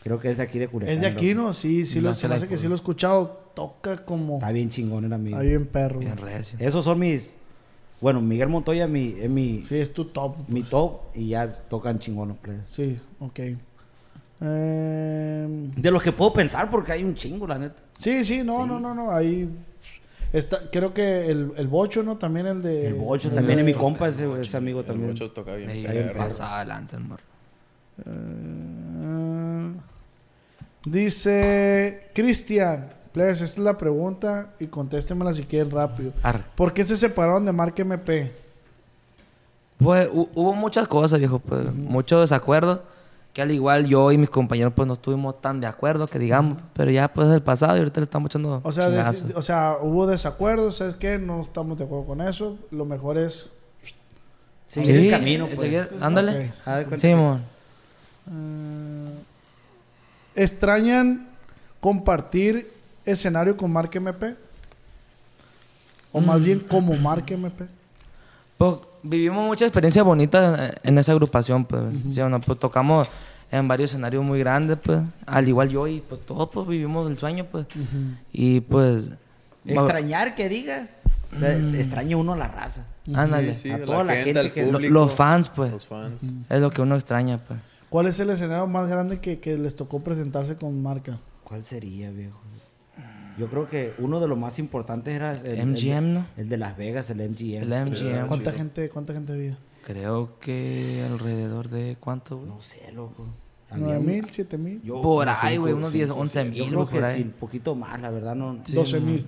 S4: Creo que es de aquí de Culiacán.
S2: Es de aquí,
S4: loco.
S2: ¿no? Sí, sí,
S3: No
S2: lo,
S3: se
S2: se me
S3: la
S2: hace que
S3: pudo.
S2: sí lo he escuchado. Toca como...
S4: Está bien chingón el amigo.
S2: Está bien perro.
S3: Bien recio.
S4: Esos son mis, bueno, Miguel Montoya mi, es mi,
S2: Sí, es tu top. pues.
S4: mi top y ya tocan chingón los players.
S2: Sí, ok. Em,
S4: De los que puedo pensar porque hay un chingo, la neta.
S2: sí, sí, no, no, no, no. Ahí está, creo que el, el bocho, ¿no? También el de...
S4: El Bocho
S2: el
S4: también
S2: de-
S4: es mi compa, ese, ese amigo
S6: El
S4: también.
S6: Bocho toca bien.
S3: Ey, pues,
S6: perro.
S3: pasado de lanza, el morro.
S2: Eh, dice Cristian, plebes, esta es la pregunta y contéstemela si quieren rápido.
S3: Arre.
S2: ¿Por qué se separaron de Mark MP?
S3: Pues hu- hubo muchas cosas, viejo, pues, muchos desacuerdos, que al igual yo y mis compañeros pues no estuvimos tan de acuerdo, que digamos, pero ya pues es el pasado y ahorita le estamos echando
S2: O sea, deci-
S3: chingazos.
S2: o sea, hubo desacuerdos, ¿sabes qué? No estamos de acuerdo con eso. Lo mejor es.
S4: Seguir el camino, pues.
S3: seguir- ándale.
S2: Ok.
S4: Ah, de cuenta
S3: Sí,
S4: que-
S3: mon.
S2: eh, ¿Extrañan compartir escenario con Mark MP? O más bien como Mark MP.
S3: Pues vivimos muchas experiencias bonitas en, en esa agrupación, pues, ¿sí o no? Pues, tocamos en varios escenarios muy grandes, pues, al igual yo y pues todos pues vivimos el sueño, pues, y pues...
S4: Extrañar que digas. O sea,
S3: Mm.
S4: extraña uno a la raza.
S3: Ándale.
S6: Sí, sí,
S4: A
S6: la,
S4: toda la
S6: gente,
S4: gente
S6: al
S4: que- lo-
S3: Lo-
S6: público.
S3: los fans, pues,
S6: Los fans.
S3: es lo que uno extraña, pues.
S2: ¿Cuál es el escenario más grande que, que les tocó presentarse con Marca?
S4: ¿Cuál sería, viejo? Yo creo que uno de los más importantes era el, el-
S3: MGM, ¿no?
S4: el de Las Vegas, el MGM.
S3: El MGM.
S2: ¿Cuánta gente, cuánta gente había?
S3: Creo que alrededor de cuánto, güey.
S4: No sé, loco.
S2: ¿Nueve
S4: Había un-
S2: mil? ¿Siete mil?
S4: yo
S3: Por
S4: como
S3: ahí, güey,
S4: cinco-
S3: unos diez,
S4: cinco,
S3: once
S4: seis.
S3: mil,
S4: Yo creo
S3: por
S4: que
S3: ahí.
S4: sí, un poquito más, la verdad, no.
S2: Doce mil.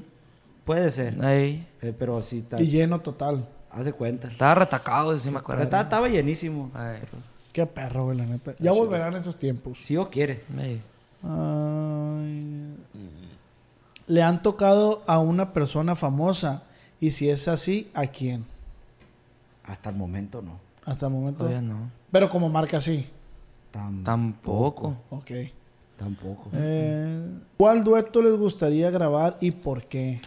S4: Puede ser.
S3: Ahí.
S4: eh, pero sí, está,
S2: Y lleno total.
S4: haz de cuenta.
S3: Estaba retacado, sí me
S4: O
S3: acuerdo.
S4: sea, está- estaba llenísimo.
S3: Ay,
S2: Qué perro, güey, la neta. Ya volverán esos tiempos.
S4: Si Dios quiere.
S3: ay.
S2: Ay. Le han tocado a una persona famosa. Y si es así, ¿a quién?
S4: Hasta el momento no.
S2: Hasta el momento.
S3: Todavía no.
S2: Pero como marca, sí.
S4: Tam-
S3: Tampoco.
S2: Ok.
S4: tampoco.
S2: Eh, ¿Cuál dueto les gustaría grabar y por qué?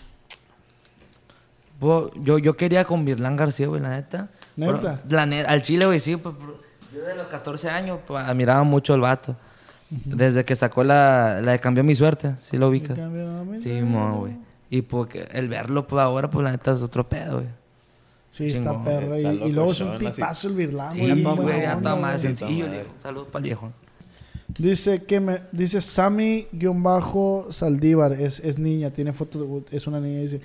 S3: Bo- Yo, yo quería con Virlán García, güey, la neta.
S2: ¿Neta?
S3: Pero, la ne- al Chile, güey, sí. pues, bro, yo de los 14 años pues, admiraba mucho al vato. Desde que sacó la, la de Cambió mi suerte, sí lo ubicas.
S2: Cambió mi
S3: Sí, mo, güey. Y porque el verlo pues, ahora, pues la neta es otro pedo, güey.
S2: Sí,
S3: Chingón.
S2: está perra. Y,
S6: Está
S2: y luego
S6: loco el
S2: es un
S6: show, ¿no?
S2: tipazo el Virlán,
S3: Sí,
S2: güey, Ah, bien buena
S3: güey, ya
S2: onda,
S3: está
S2: güey.
S3: más sencillo.
S6: madre.
S3: digo, Saludos para viejo.
S2: Dice que me dice Sammy-Saldívar, es, es niña, tiene foto, de- es una niña, dice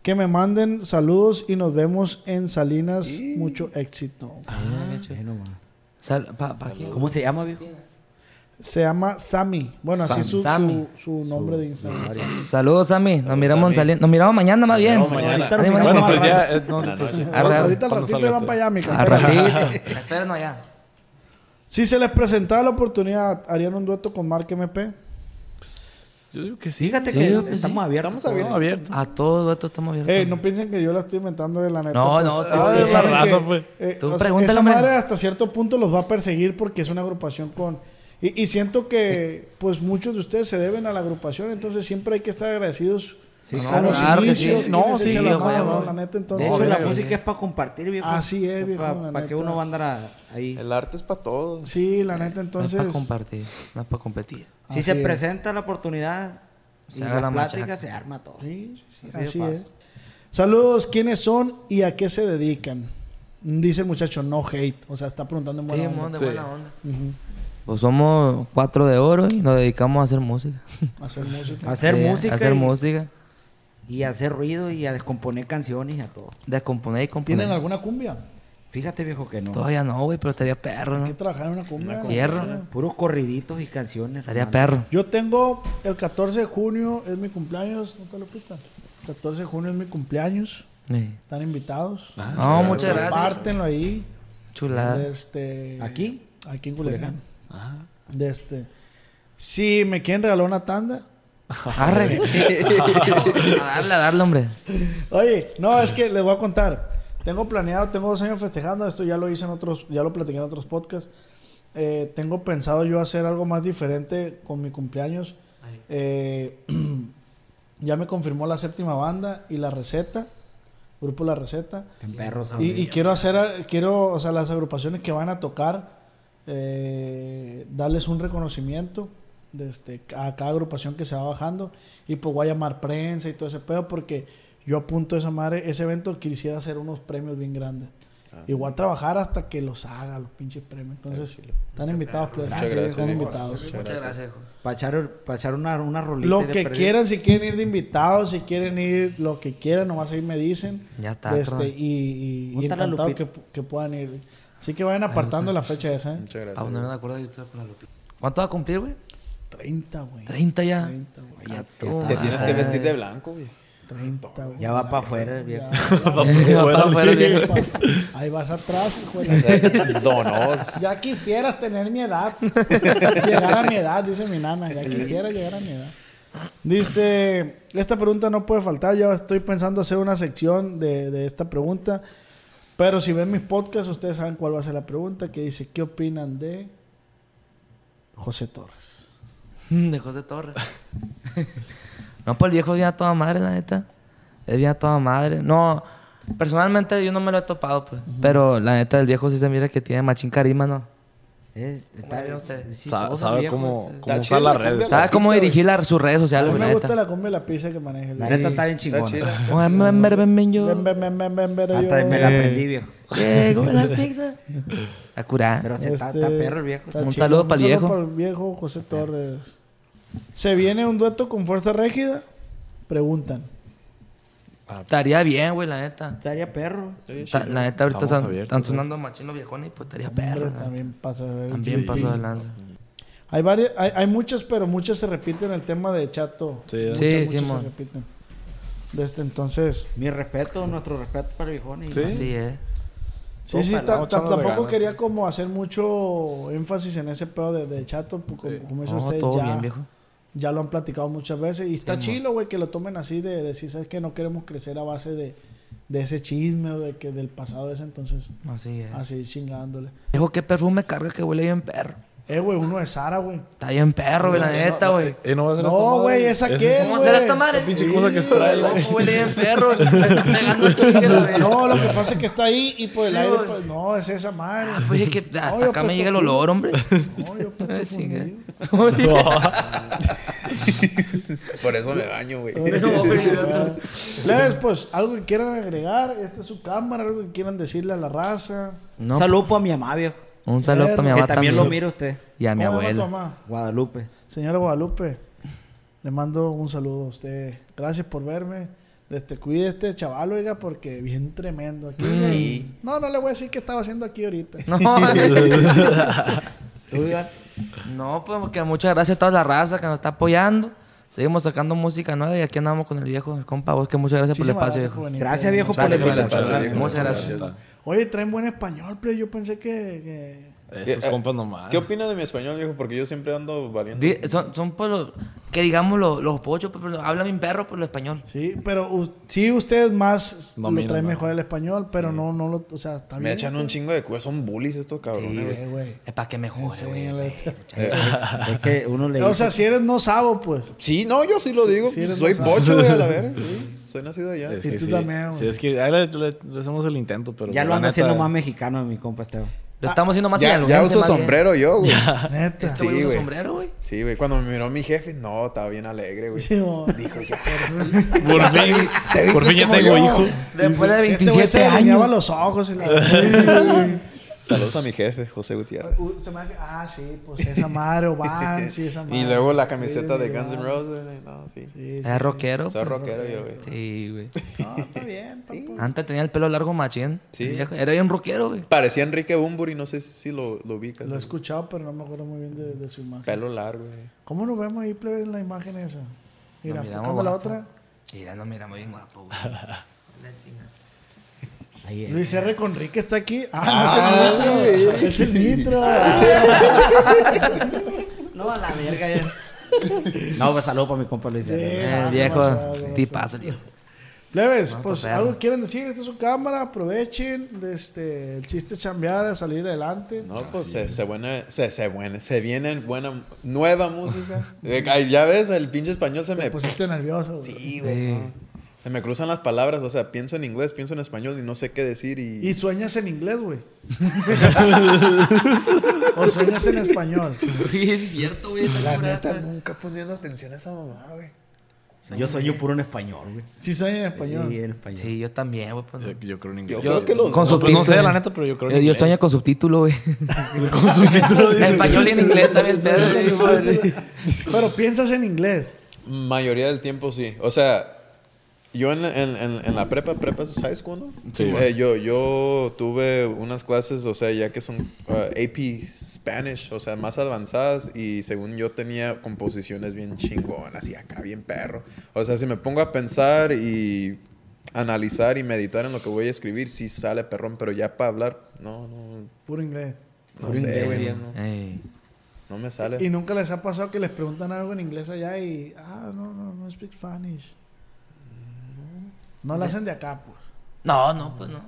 S2: que me manden saludos y nos vemos en Salinas, mucho éxito.
S4: Ahí nomás.
S3: Sal, pa, pa, quién?
S4: Ah, ¿Cómo se llama, viejo?
S2: Se llama Sammy, bueno, así
S3: Sammy.
S2: es su,
S3: Sammy.
S2: su- su nombre de Instagram.
S3: Saludos, Sammy. Nos miramos, en
S6: Sammy.
S3: Salinas. Nos miramos mañana más bien.
S6: miramos mañana.
S3: Ahí
S2: Ahorita nos
S3: mañana.
S5: Bueno,
S2: Vamos
S5: pues
S2: a
S5: ya,
S2: arrancar.
S5: eh, no sé. pues,
S6: Buenas noches.
S2: Ahorita-
S3: Arre,
S2: Ahorita al
S5: cuando
S2: ratito
S5: salga
S2: van
S5: tú.
S2: para allá, mi (laughs)
S3: A ratito. Espérenos allá.
S2: Si se les presentaba la oportunidad, ¿harían un dueto con Mark MP?
S5: Yo digo que sí.
S4: Fíjate
S3: Sí,
S4: que
S3: yo que
S4: estamos abiertos.
S5: Estamos abiertos.
S3: A todos estos estamos abiertos.
S2: Eh, no piensen que yo la estoy inventando de la neta. pues.
S3: No, no,
S2: ustedes
S3: tú-
S5: tú- esa
S2: saben
S5: raza, pues.
S2: eh,
S3: Tú
S2: o sea,
S3: pregúntale,
S2: esa
S3: hombre.
S2: madre hasta cierto punto los va a perseguir porque es una agrupación con... Y, y siento que, pues, muchos de ustedes se deben a la agrupación. Entonces, siempre hay que estar agradecidos
S4: Sí,
S2: a
S4: claro.
S2: los
S3: Claro que
S2: inicios.
S3: sí.
S2: quienes
S5: No, sí,
S2: echan
S5: sí,
S2: la
S5: a
S2: mano,
S3: huevo.
S2: ¿no? La neta,
S4: De
S2: entonces...
S4: hecho, la
S2: eh,
S4: música es para compartir, viejo.
S2: Así es, viejo, la
S4: Para que
S2: neta.
S4: uno va a andar a- ahí.
S6: El arte es para todos.
S2: Sí, la neta, entonces...
S3: No es para compartir, no es para competir.
S4: Si
S2: Así
S4: se
S2: es.
S4: presenta la oportunidad
S3: Se
S4: y
S3: haga
S4: la,
S3: la
S4: plática,
S3: machaca.
S4: se arma todo.
S2: Sí, sí, sí,
S4: Así de
S2: así
S4: fácil.
S2: es. Saludos, ¿quiénes son y a qué se dedican? Dice el muchacho, no hate. O sea, está preguntando en
S3: Sí,
S2: buena onda.
S3: mon, de
S5: Sí.
S3: buena onda.
S2: Ujú.
S3: Pues somos cuatro de oro y nos dedicamos a hacer música.
S2: (laughs) Hacer música.
S4: Hacer
S3: Sí,
S4: música.
S3: Hacer
S4: y,
S3: música.
S4: y hacer ruido y a descomponer canciones y a todo.
S3: Descomponer y componer.
S2: ¿Tienen alguna cumbia?
S4: Fíjate, viejo, que no.
S3: Todavía no, güey, pero estaría perro,
S2: Hay que
S3: ¿no?
S2: trabajar en una cumbia. la
S3: Hierro.
S2: neta.
S4: Puros corriditos y canciones.
S3: Estaría
S4: hermano.
S3: perro.
S2: Yo tengo el 14 de junio, es mi cumpleaños, no te lo pita. 14 de junio es mi cumpleaños,
S3: Sí.
S2: están invitados.
S3: No, Ah, muchas gracias.
S2: Compártenlo ahí.
S3: Chulada.
S2: Este,
S4: ¿Aquí?
S2: Aquí en Culiacán. De este. Si me quieren regalar una tanda.
S3: Arre. (laughs) a darle, a darle, hombre.
S2: Oye, no, es que les voy a contar. Tengo planeado, tengo dos años festejando, esto ya lo hice en otros, ya lo platiqué en otros podcasts. Eh, tengo pensado yo hacer algo más diferente con mi cumpleaños. Eh, (clears throat) ya me confirmó la séptima banda y la receta, grupo La Receta.
S4: En perros.
S2: Y, y quiero hacer, a- quiero, o sea, las agrupaciones que van a tocar, eh, darles un reconocimiento de este, a cada agrupación que se va bajando. Y pues voy a llamar prensa y todo ese pedo, porque yo apunto esa madre, ese evento quisiera hacer unos premios bien grandes. Y voy a trabajar hasta que los haga, los pinches premios. Entonces, están invitados, pues.
S6: Muchas gracias.
S2: Están
S6: viejo.
S2: invitados.
S3: Muchas gracias, hijo.
S4: Para echar, pa' echar una, una rolita.
S2: Lo
S4: de
S2: que
S4: perdido.
S2: quieran, si quieren ir de invitados, si quieren ir, lo que quieran, nomás ahí me dicen.
S3: Ya está, carnal.
S2: Este, y- y, y
S4: Bota la
S2: encantado
S4: lupita.
S2: que, que puedan ir. Así que vayan apartando la fecha esa, ¿eh?
S6: Muchas
S3: A
S6: gracias.
S3: ponernos pues de acuerdo ahí estoy con la Lupita. ¿Cuánto va a cumplir, güey?
S2: 30, güey.
S3: 30 ya.
S2: 30, güey.
S4: Ya,
S6: Te tienes que vestir de blanco, güey.
S2: 30, güey.
S4: ya va para afuera, viejo.
S3: (laughs)
S4: (laughs)
S3: Ya está afuera, viejo.
S2: Ahí vas atrás, hijo de
S6: O
S2: la-
S6: sea, (laughs) Donos.
S2: (laughs) Ya quisieras tener mi edad. (laughs) llegar a mi edad, dice mi nana. Ya quisiera llegar a mi edad. Dice, esta pregunta no puede faltar. Yo estoy pensando hacer una sección de, de esta pregunta. Pero si ven mis podcasts, ustedes saben cuál va a ser la pregunta. Que dice, ¿qué opinan de José Torres?
S3: (laughs) De José Torres. no, pues el viejo es bien a toda madre, la neta. Es bien a toda madre. No, personalmente yo no me lo he topado, pues. Pero la neta, el viejo sí se mira que tiene machín carisma, ¿no?
S4: Es- está- es
S5: Sa-
S4: chistoso,
S5: sabe
S4: viejo,
S5: cómo,
S4: este.
S5: cómo
S6: Está
S5: usar
S6: chido,
S5: las
S6: la
S5: redes.
S6: cumbia.
S3: ¿Sabe cómo
S6: pizza,
S3: dirigir las, sus redes
S2: A
S3: sociales,
S2: mí
S3: güey,
S2: me
S3: la
S2: gusta
S3: neta?
S2: la comida y la pizza que maneja. el-
S4: La neta está bien
S6: Está
S4: chingona.
S6: chida.
S3: Oye, ven, ven, ven, ven, yo.
S2: Ven, ven, ven, ven, ven, pero
S4: Hasta
S2: yo-
S4: me la aprendí, viejo.
S3: Llegó la pizza. A curar.
S4: Pero se
S2: Este,
S4: está, está perro el viejo.
S2: está
S3: Un saludo pa'l viejo.
S2: pa'l viejo José Torres. ¿Se viene un dueto con Fuerza Régida? Preguntan.
S3: Estaría bien, güey, la neta.
S4: Estaría perro.
S3: Ta- la neta, ahorita
S5: Estamos
S3: están,
S5: abiertos,
S3: están sonando machinos viejones, pues estaría
S2: Hombre,
S3: perro. ¿no?
S2: también pasa. el
S3: También
S2: GP.
S3: pasó de lanza.
S2: Hay, varias, hay, hay muchas, pero muchas se repiten el tema de chato.
S5: Sí,
S2: Muchas,
S3: Sí,
S2: muchas
S3: sí, mon.
S2: se repiten. Desde entonces.
S4: Mi respeto, nuestro respeto para Viejón. y-
S5: Sí.
S3: Así es.
S2: Sí, sí,
S5: Ojalá,
S2: ta-
S5: ojalá
S2: ta-
S5: lo
S2: tampoco
S5: ganas.
S2: quería como hacer mucho énfasis en ese pedo de, de chato, pu- como, como Pues, eso
S3: No,
S2: ustedes
S3: todo
S2: ya,
S3: bien, viejo.
S2: ya lo han platicado muchas veces. Y está chilo, güey, que lo tomen así de, decir, ¿sabes que No queremos crecer a base de, de ese chisme o de que del pasado ese, entonces,
S3: Así es.
S2: así chingándole.
S3: Viejo, qué perfume carga que huele bien perro.
S2: Eh, güey, uno de Sara, güey.
S3: Está bien perro, güey, la neta, güey.
S5: Eh, no, va a ser esta
S2: No,
S5: madre.
S2: güey, es aquel,
S3: ¿Cómo hacer
S2: güey.
S3: esta madre?
S5: Pinche cosa que está ahí, güey.
S3: Loco, huele bien perro. Me está pegando el toque, la
S2: (laughs)
S3: verga.
S2: No, lo que pasa es que está ahí y por el
S3: Sí,
S2: aire,
S3: güey.
S2: pues, no, es esa madre.
S3: Ah, Pues Ah, es que
S2: No,
S3: hasta
S2: yo
S3: acá me
S2: apuesto
S3: llega el
S2: culo.
S3: olor, hombre.
S2: No, yo pues estoy
S3: Sí, güey. (laughs)
S2: fundido.
S6: Por eso me baño, güey.
S2: Ah. Plebes, pues, algo que quieran agregar, esta es su cámara, algo que quieran decirle a la raza.
S3: No,
S4: Saludo para mi mamá, viejo.
S3: un saludo para mi
S4: que
S3: mamá
S4: también lo
S3: también.
S4: mira usted.
S3: Y a mi
S2: ¿Cómo llama tu
S3: abuela.
S2: mamá?
S4: Guadalupe.
S2: Señora Guadalupe, le mando un saludo a usted. Gracias por verme. Este, cuide este chaval, oiga, porque bien tremendo aquí.
S3: Mm.
S2: No, no le voy a decir qué estaba haciendo aquí
S3: (laughs)
S2: ahorita.
S3: (laughs) No,
S2: (laughs)
S4: ¿Tú, Iván?
S3: no, pues porque muchas gracias a toda la raza que nos está apoyando. Seguimos sacando música nueva y aquí andamos con el viejo, el compa vos, que muchas gracias por el
S2: Muchísimas
S3: espacio,
S2: gracias, jovenito.
S4: Gracias, viejo,
S3: viejo.
S4: por la
S3: Gracias por el
S4: invitación.
S3: espacio, muchas gracias.
S2: Oye, traen buen español, pero yo pensé que... que-
S5: Estos
S6: Eh,
S5: compas nomás.
S6: ¿Qué opinas de mi español, viejo? Porque yo siempre ando valiendo.
S3: Di- Son, son por los, que digamos los, los pochos, pues, pero habla mi perro por lo español.
S2: Sí, pero u- sí, ustedes más lo
S5: Dominan,
S2: traen
S5: ¿no?
S2: mejor el español, pero no, no lo... O sea, está
S6: Me
S2: bien.
S6: echan un chingo de cuerda. Son bullies estos cabrones, güey. Eh,
S2: Eh, güey.
S3: Es para que me jode, güey.
S2: Enséñale.
S4: Es que uno
S2: (laughs)
S4: le
S2: O sea, si eres no sabo, pues.
S6: Sí, no, yo sí lo digo.
S2: sí eres
S6: Soy
S2: más-
S6: pocho, güey, a la verga. Sí, soy nacido allá.
S5: Es
S2: Y
S5: que
S2: tú
S5: sí.
S2: también, güey.
S5: Sí, es que ahí le, le- le hacemos el intento, pero...
S4: ya lo
S5: la
S4: anda
S5: neta-
S4: haciendo más mexicano, mi compa Esteban.
S3: Lo estamos haciendo más
S6: Ya,
S3: sin
S6: ya
S3: alcance,
S6: uso
S3: más bien.
S6: sombrero yo, güey.
S3: (laughs)
S2: Neta.
S3: Este güey
S6: Sí,
S3: usa
S6: güey.
S3: sombrero, güey.
S6: Sí, güey. Cuando me miró mi jefe, no, estaba bien alegre, güey.
S2: Sí, mo.
S6: Dijo, ya.
S5: Por fin,
S6: Te
S5: por
S6: vistes
S5: fin ya
S6: como
S5: tengo
S6: yo.
S5: hijo.
S3: Después
S2: Este
S3: de
S2: güey
S3: 27
S2: se alineaba
S3: años.
S2: los ojos. y
S6: (laughs)
S2: la-
S6: Saludos a mi jefe, José Gutiérrez.
S2: Uh, se me hace- ah, sí, pues esa madre, o
S6: (laughs)
S2: Van, Ah, sí, esa madre.
S6: Y luego la camiseta
S2: Sí,
S6: de Guns N'
S2: Van.
S6: Roses. güey, No, sí.
S2: Sí, sí,
S3: Es rockero.
S6: Soy
S3: pues.
S6: rockero yo, güey.
S3: Sí, güey.
S2: sí. No, está (laughs) bien, papu.
S3: Antes tenía el pelo largo machín.
S6: Sí.
S3: Viejo. Era bien rockero, güey.
S6: Parecía Enrique Bumburi, no sé si lo, lo ubicas.
S2: Lo he
S6: güey.
S2: escuchado, pero no me acuerdo muy bien de, de su imagen.
S6: Pelo largo, güey.
S2: ¿Cómo nos vemos ahí, plebe, en la imagen esa? Mira,
S3: Nos miramos
S2: póngame la
S3: guapo.
S2: otra.
S3: Mira, no miramos bien guapo,
S6: (laughs)
S3: güey. La chinga.
S4: Ahí eh. es.
S2: Luis R. Conrique está aquí. Ah, no, es el nitro. Es el nitro.
S6: (laughs)
S4: No, a la verga ya. No, pues saludo para mi compa Luis.
S2: Sí.
S3: Eh,
S2: no, demasiado,
S3: viejo,
S2: demasiado.
S3: tipazo, viejo. (laughs)
S2: Plebes,
S3: No,
S2: pues
S3: perro.
S2: algo que quieren decir, esta es su cámara, aprovechen. de este, el chiste es chambear, salir adelante.
S6: No, pues se, se, buena, se, se, buena, se viene buena, nueva música. Eh, ay, ya ves, el pinche español se me...
S2: Te pusiste nervioso. güey.
S6: (laughs) Sí, güey, no. Se me cruzan las palabras, o sea, pienso en inglés, pienso en español y no sé qué decir y...
S2: Y sueñas en inglés,
S3: (laughs)
S2: güey. o sueñas en español.
S3: Oye, es cierto, güey. está curada, pues.
S6: nunca poniendo atención a esa mamá, güey.
S4: Yo soy puro en español, güey.
S2: Sí sueñas en español.
S4: Sí, en español.
S3: Sí, yo también, güey. pues, no.
S5: Yo, yo creo en inglés.
S6: Yo creo que los
S3: con
S6: dos.
S5: No, pues, no sé,
S3: subtítulos.
S5: la neta, pero yo creo
S3: Yo, yo
S5: en inglés.
S3: sueño con subtítulo, güey. (laughs) con subtítulo. En español y en inglés también. el
S2: (laughs)
S3: pedo, (laughs) güey, madre.
S2: Pero piensas en inglés.
S6: Mayoría del tiempo sí. O sea, yo en, en- en- en la prepa, prepa es high school, ¿no?
S5: Sí,
S6: Eh,
S5: güey.
S6: yo, yo tuve unas clases, o sea, ya que son uh, AP Spanish, o sea, más avanzadas y según yo tenía composiciones bien chingonas y acá bien perro. O sea, si me pongo a pensar y analizar y meditar en lo que voy a escribir, sí sale perrón, pero ya para hablar, no, no,
S2: Puro inglés.
S6: no sé, güey, no, no-
S3: Ey.
S6: no me sale.
S2: Y nunca les ha pasado que les preguntan algo en inglés allá y. Ah, no, no, no speak Spanish. No lo hacen de acá, pues.
S3: No, no, pues no.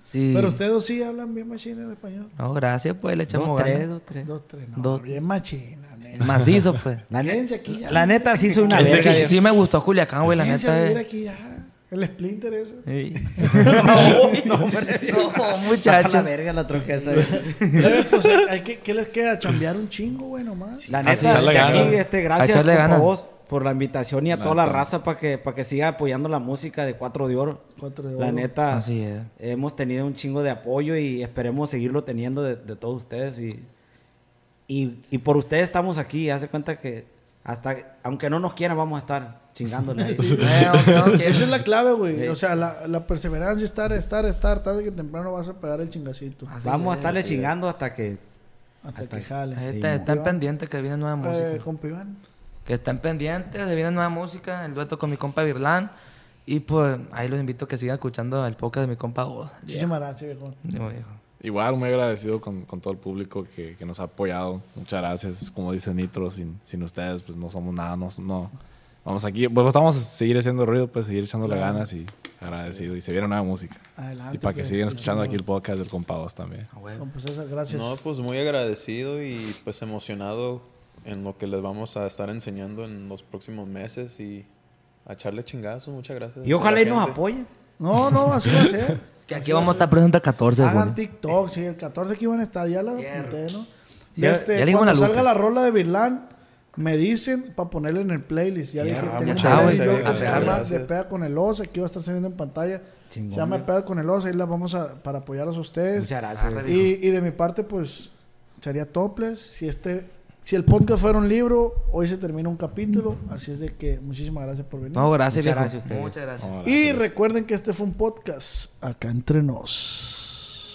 S3: Sí.
S2: Pero ustedes dos sí hablan bien machina en español.
S3: No, gracias, pues. Le echamos
S4: Dos,
S3: ganas.
S4: tres, dos, tres.
S2: Dos, tres, no.
S3: Dos.
S2: Bien machina, neta.
S3: Macizo,
S4: (laughs)
S3: pues.
S4: La neta, la neta (laughs) sí soy una
S5: Este
S4: verga.
S5: sí-
S3: Sí,
S4: viejo.
S3: sí me gustó Culiacán, güey, la
S2: Fíjense a
S3: neta.
S2: vivir
S3: eh.
S2: aquí ya. El splinter ese. (laughs)
S4: (laughs)
S3: Ey. (laughs)
S4: No, hombre.
S3: No,
S4: Hasta la
S3: muchacho.
S4: verga la tronca esa. güey.
S2: Plebes, pues, hay que, ¿Qué les queda? Chambear un chingo, güey, nomás.
S4: La
S5: Así
S4: neta,
S5: Ah, echarle
S4: de aquí,
S5: ganas.
S4: este,
S3: A
S4: gracias
S3: echarle
S4: compa,
S3: ganas.
S4: vos, por la invitación y a
S5: La
S4: toda la
S5: neta.
S4: raza para que, para que siga apoyando la música de Cuatro de Oro.
S2: Cuatro de
S4: La
S2: Oro.
S4: neta,
S3: Así es.
S4: hemos tenido un chingo de apoyo y esperemos seguirlo teniendo de, de todos ustedes. Y, y, y por ustedes estamos aquí. Hace cuenta que hasta, aunque no nos quieran, vamos a estar chingándole
S3: (laughs)
S4: ahí.
S3: Eh, aunque no
S2: Esa es
S3: (laughs) quieras.
S2: la clave, güey.
S4: Sí.
S2: O sea, la, la perseverancia, estar, estar, estar, tarde que temprano vas a pegar el chingacito.
S3: Así
S4: vamos a
S3: es.
S4: estarle chingando hasta que...
S2: Hasta,
S4: hasta-
S2: que jale.
S4: Sí,
S3: Ah,
S4: Pues,
S3: Ahí está, están
S2: Iván.
S3: pendientes que viene nueva música.
S2: Eh, compa Iván.
S3: que están pendientes, se viene nueva música, el dueto con mi compa Virlán. Y pues ahí los invito a que sigan escuchando el podcast de mi compa Oda.
S2: Muchísimas gracias, viejo.
S3: Yo, viejo.
S5: (laughs) Igual muy agradecido con, con todo el público que, que nos ha apoyado. Muchas gracias. Como dice Nitro, sin, sin ustedes pues no somos nada. No, no. Vamos aquí. Pues vamos a seguir haciendo ruido, pues seguir echándole ganas y agradecido. Y se viene nueva música.
S2: Adelante,
S5: y para que
S2: pues,
S5: sigan escuchando aquí el
S2: escuchamos.
S5: podcast del compa Oz también.
S3: A huevo.
S2: Compa César, gracias.
S6: No, pues muy agradecido y pues emocionado en lo que les vamos a estar enseñando en los próximos meses y a echarle chingazos. Muchas gracias.
S4: Y ojalá y
S6: la
S4: nos
S6: gente.
S4: apoyen.
S2: No, no, así va a ser.
S3: (laughs) Que aquí vamos a estar presentes el 14 de
S2: Hagan
S3: junio.
S2: TikTok, sí, el 14 que iban a estar, ya la
S3: Hierro.
S2: apunté, ¿no? Y
S3: Ya-
S2: este,
S3: ya le dimos
S2: cuando
S3: la
S2: salga
S3: luca.
S2: la rola de Virlán, me dicen para ponerla en el playlist. Ya dije, tengo
S3: muchas
S2: un
S3: gracias,
S2: playlist yo
S3: viejo,
S2: que se
S3: gracias.
S2: llama De Peda con el Oso, aquí va a estar saliendo en pantalla.
S4: Chingón,
S2: se llama
S4: viejo.
S2: Peda con el Oso, ahí la vamos a, para apoyarlos a ustedes.
S4: Muchas gracias.
S3: Arre,
S2: Y, y de mi parte, pues, sería toples. Si este, si el podcast fuera un libro, hoy se termina un capítulo. Así es de que muchísimas gracias por venir.
S3: No,
S4: Muchas
S3: gracias, viejo.
S4: gracias a ustedes.
S3: Muchas gracias.
S5: Vamos a
S2: y recuerden que este fue un podcast acá entre nos.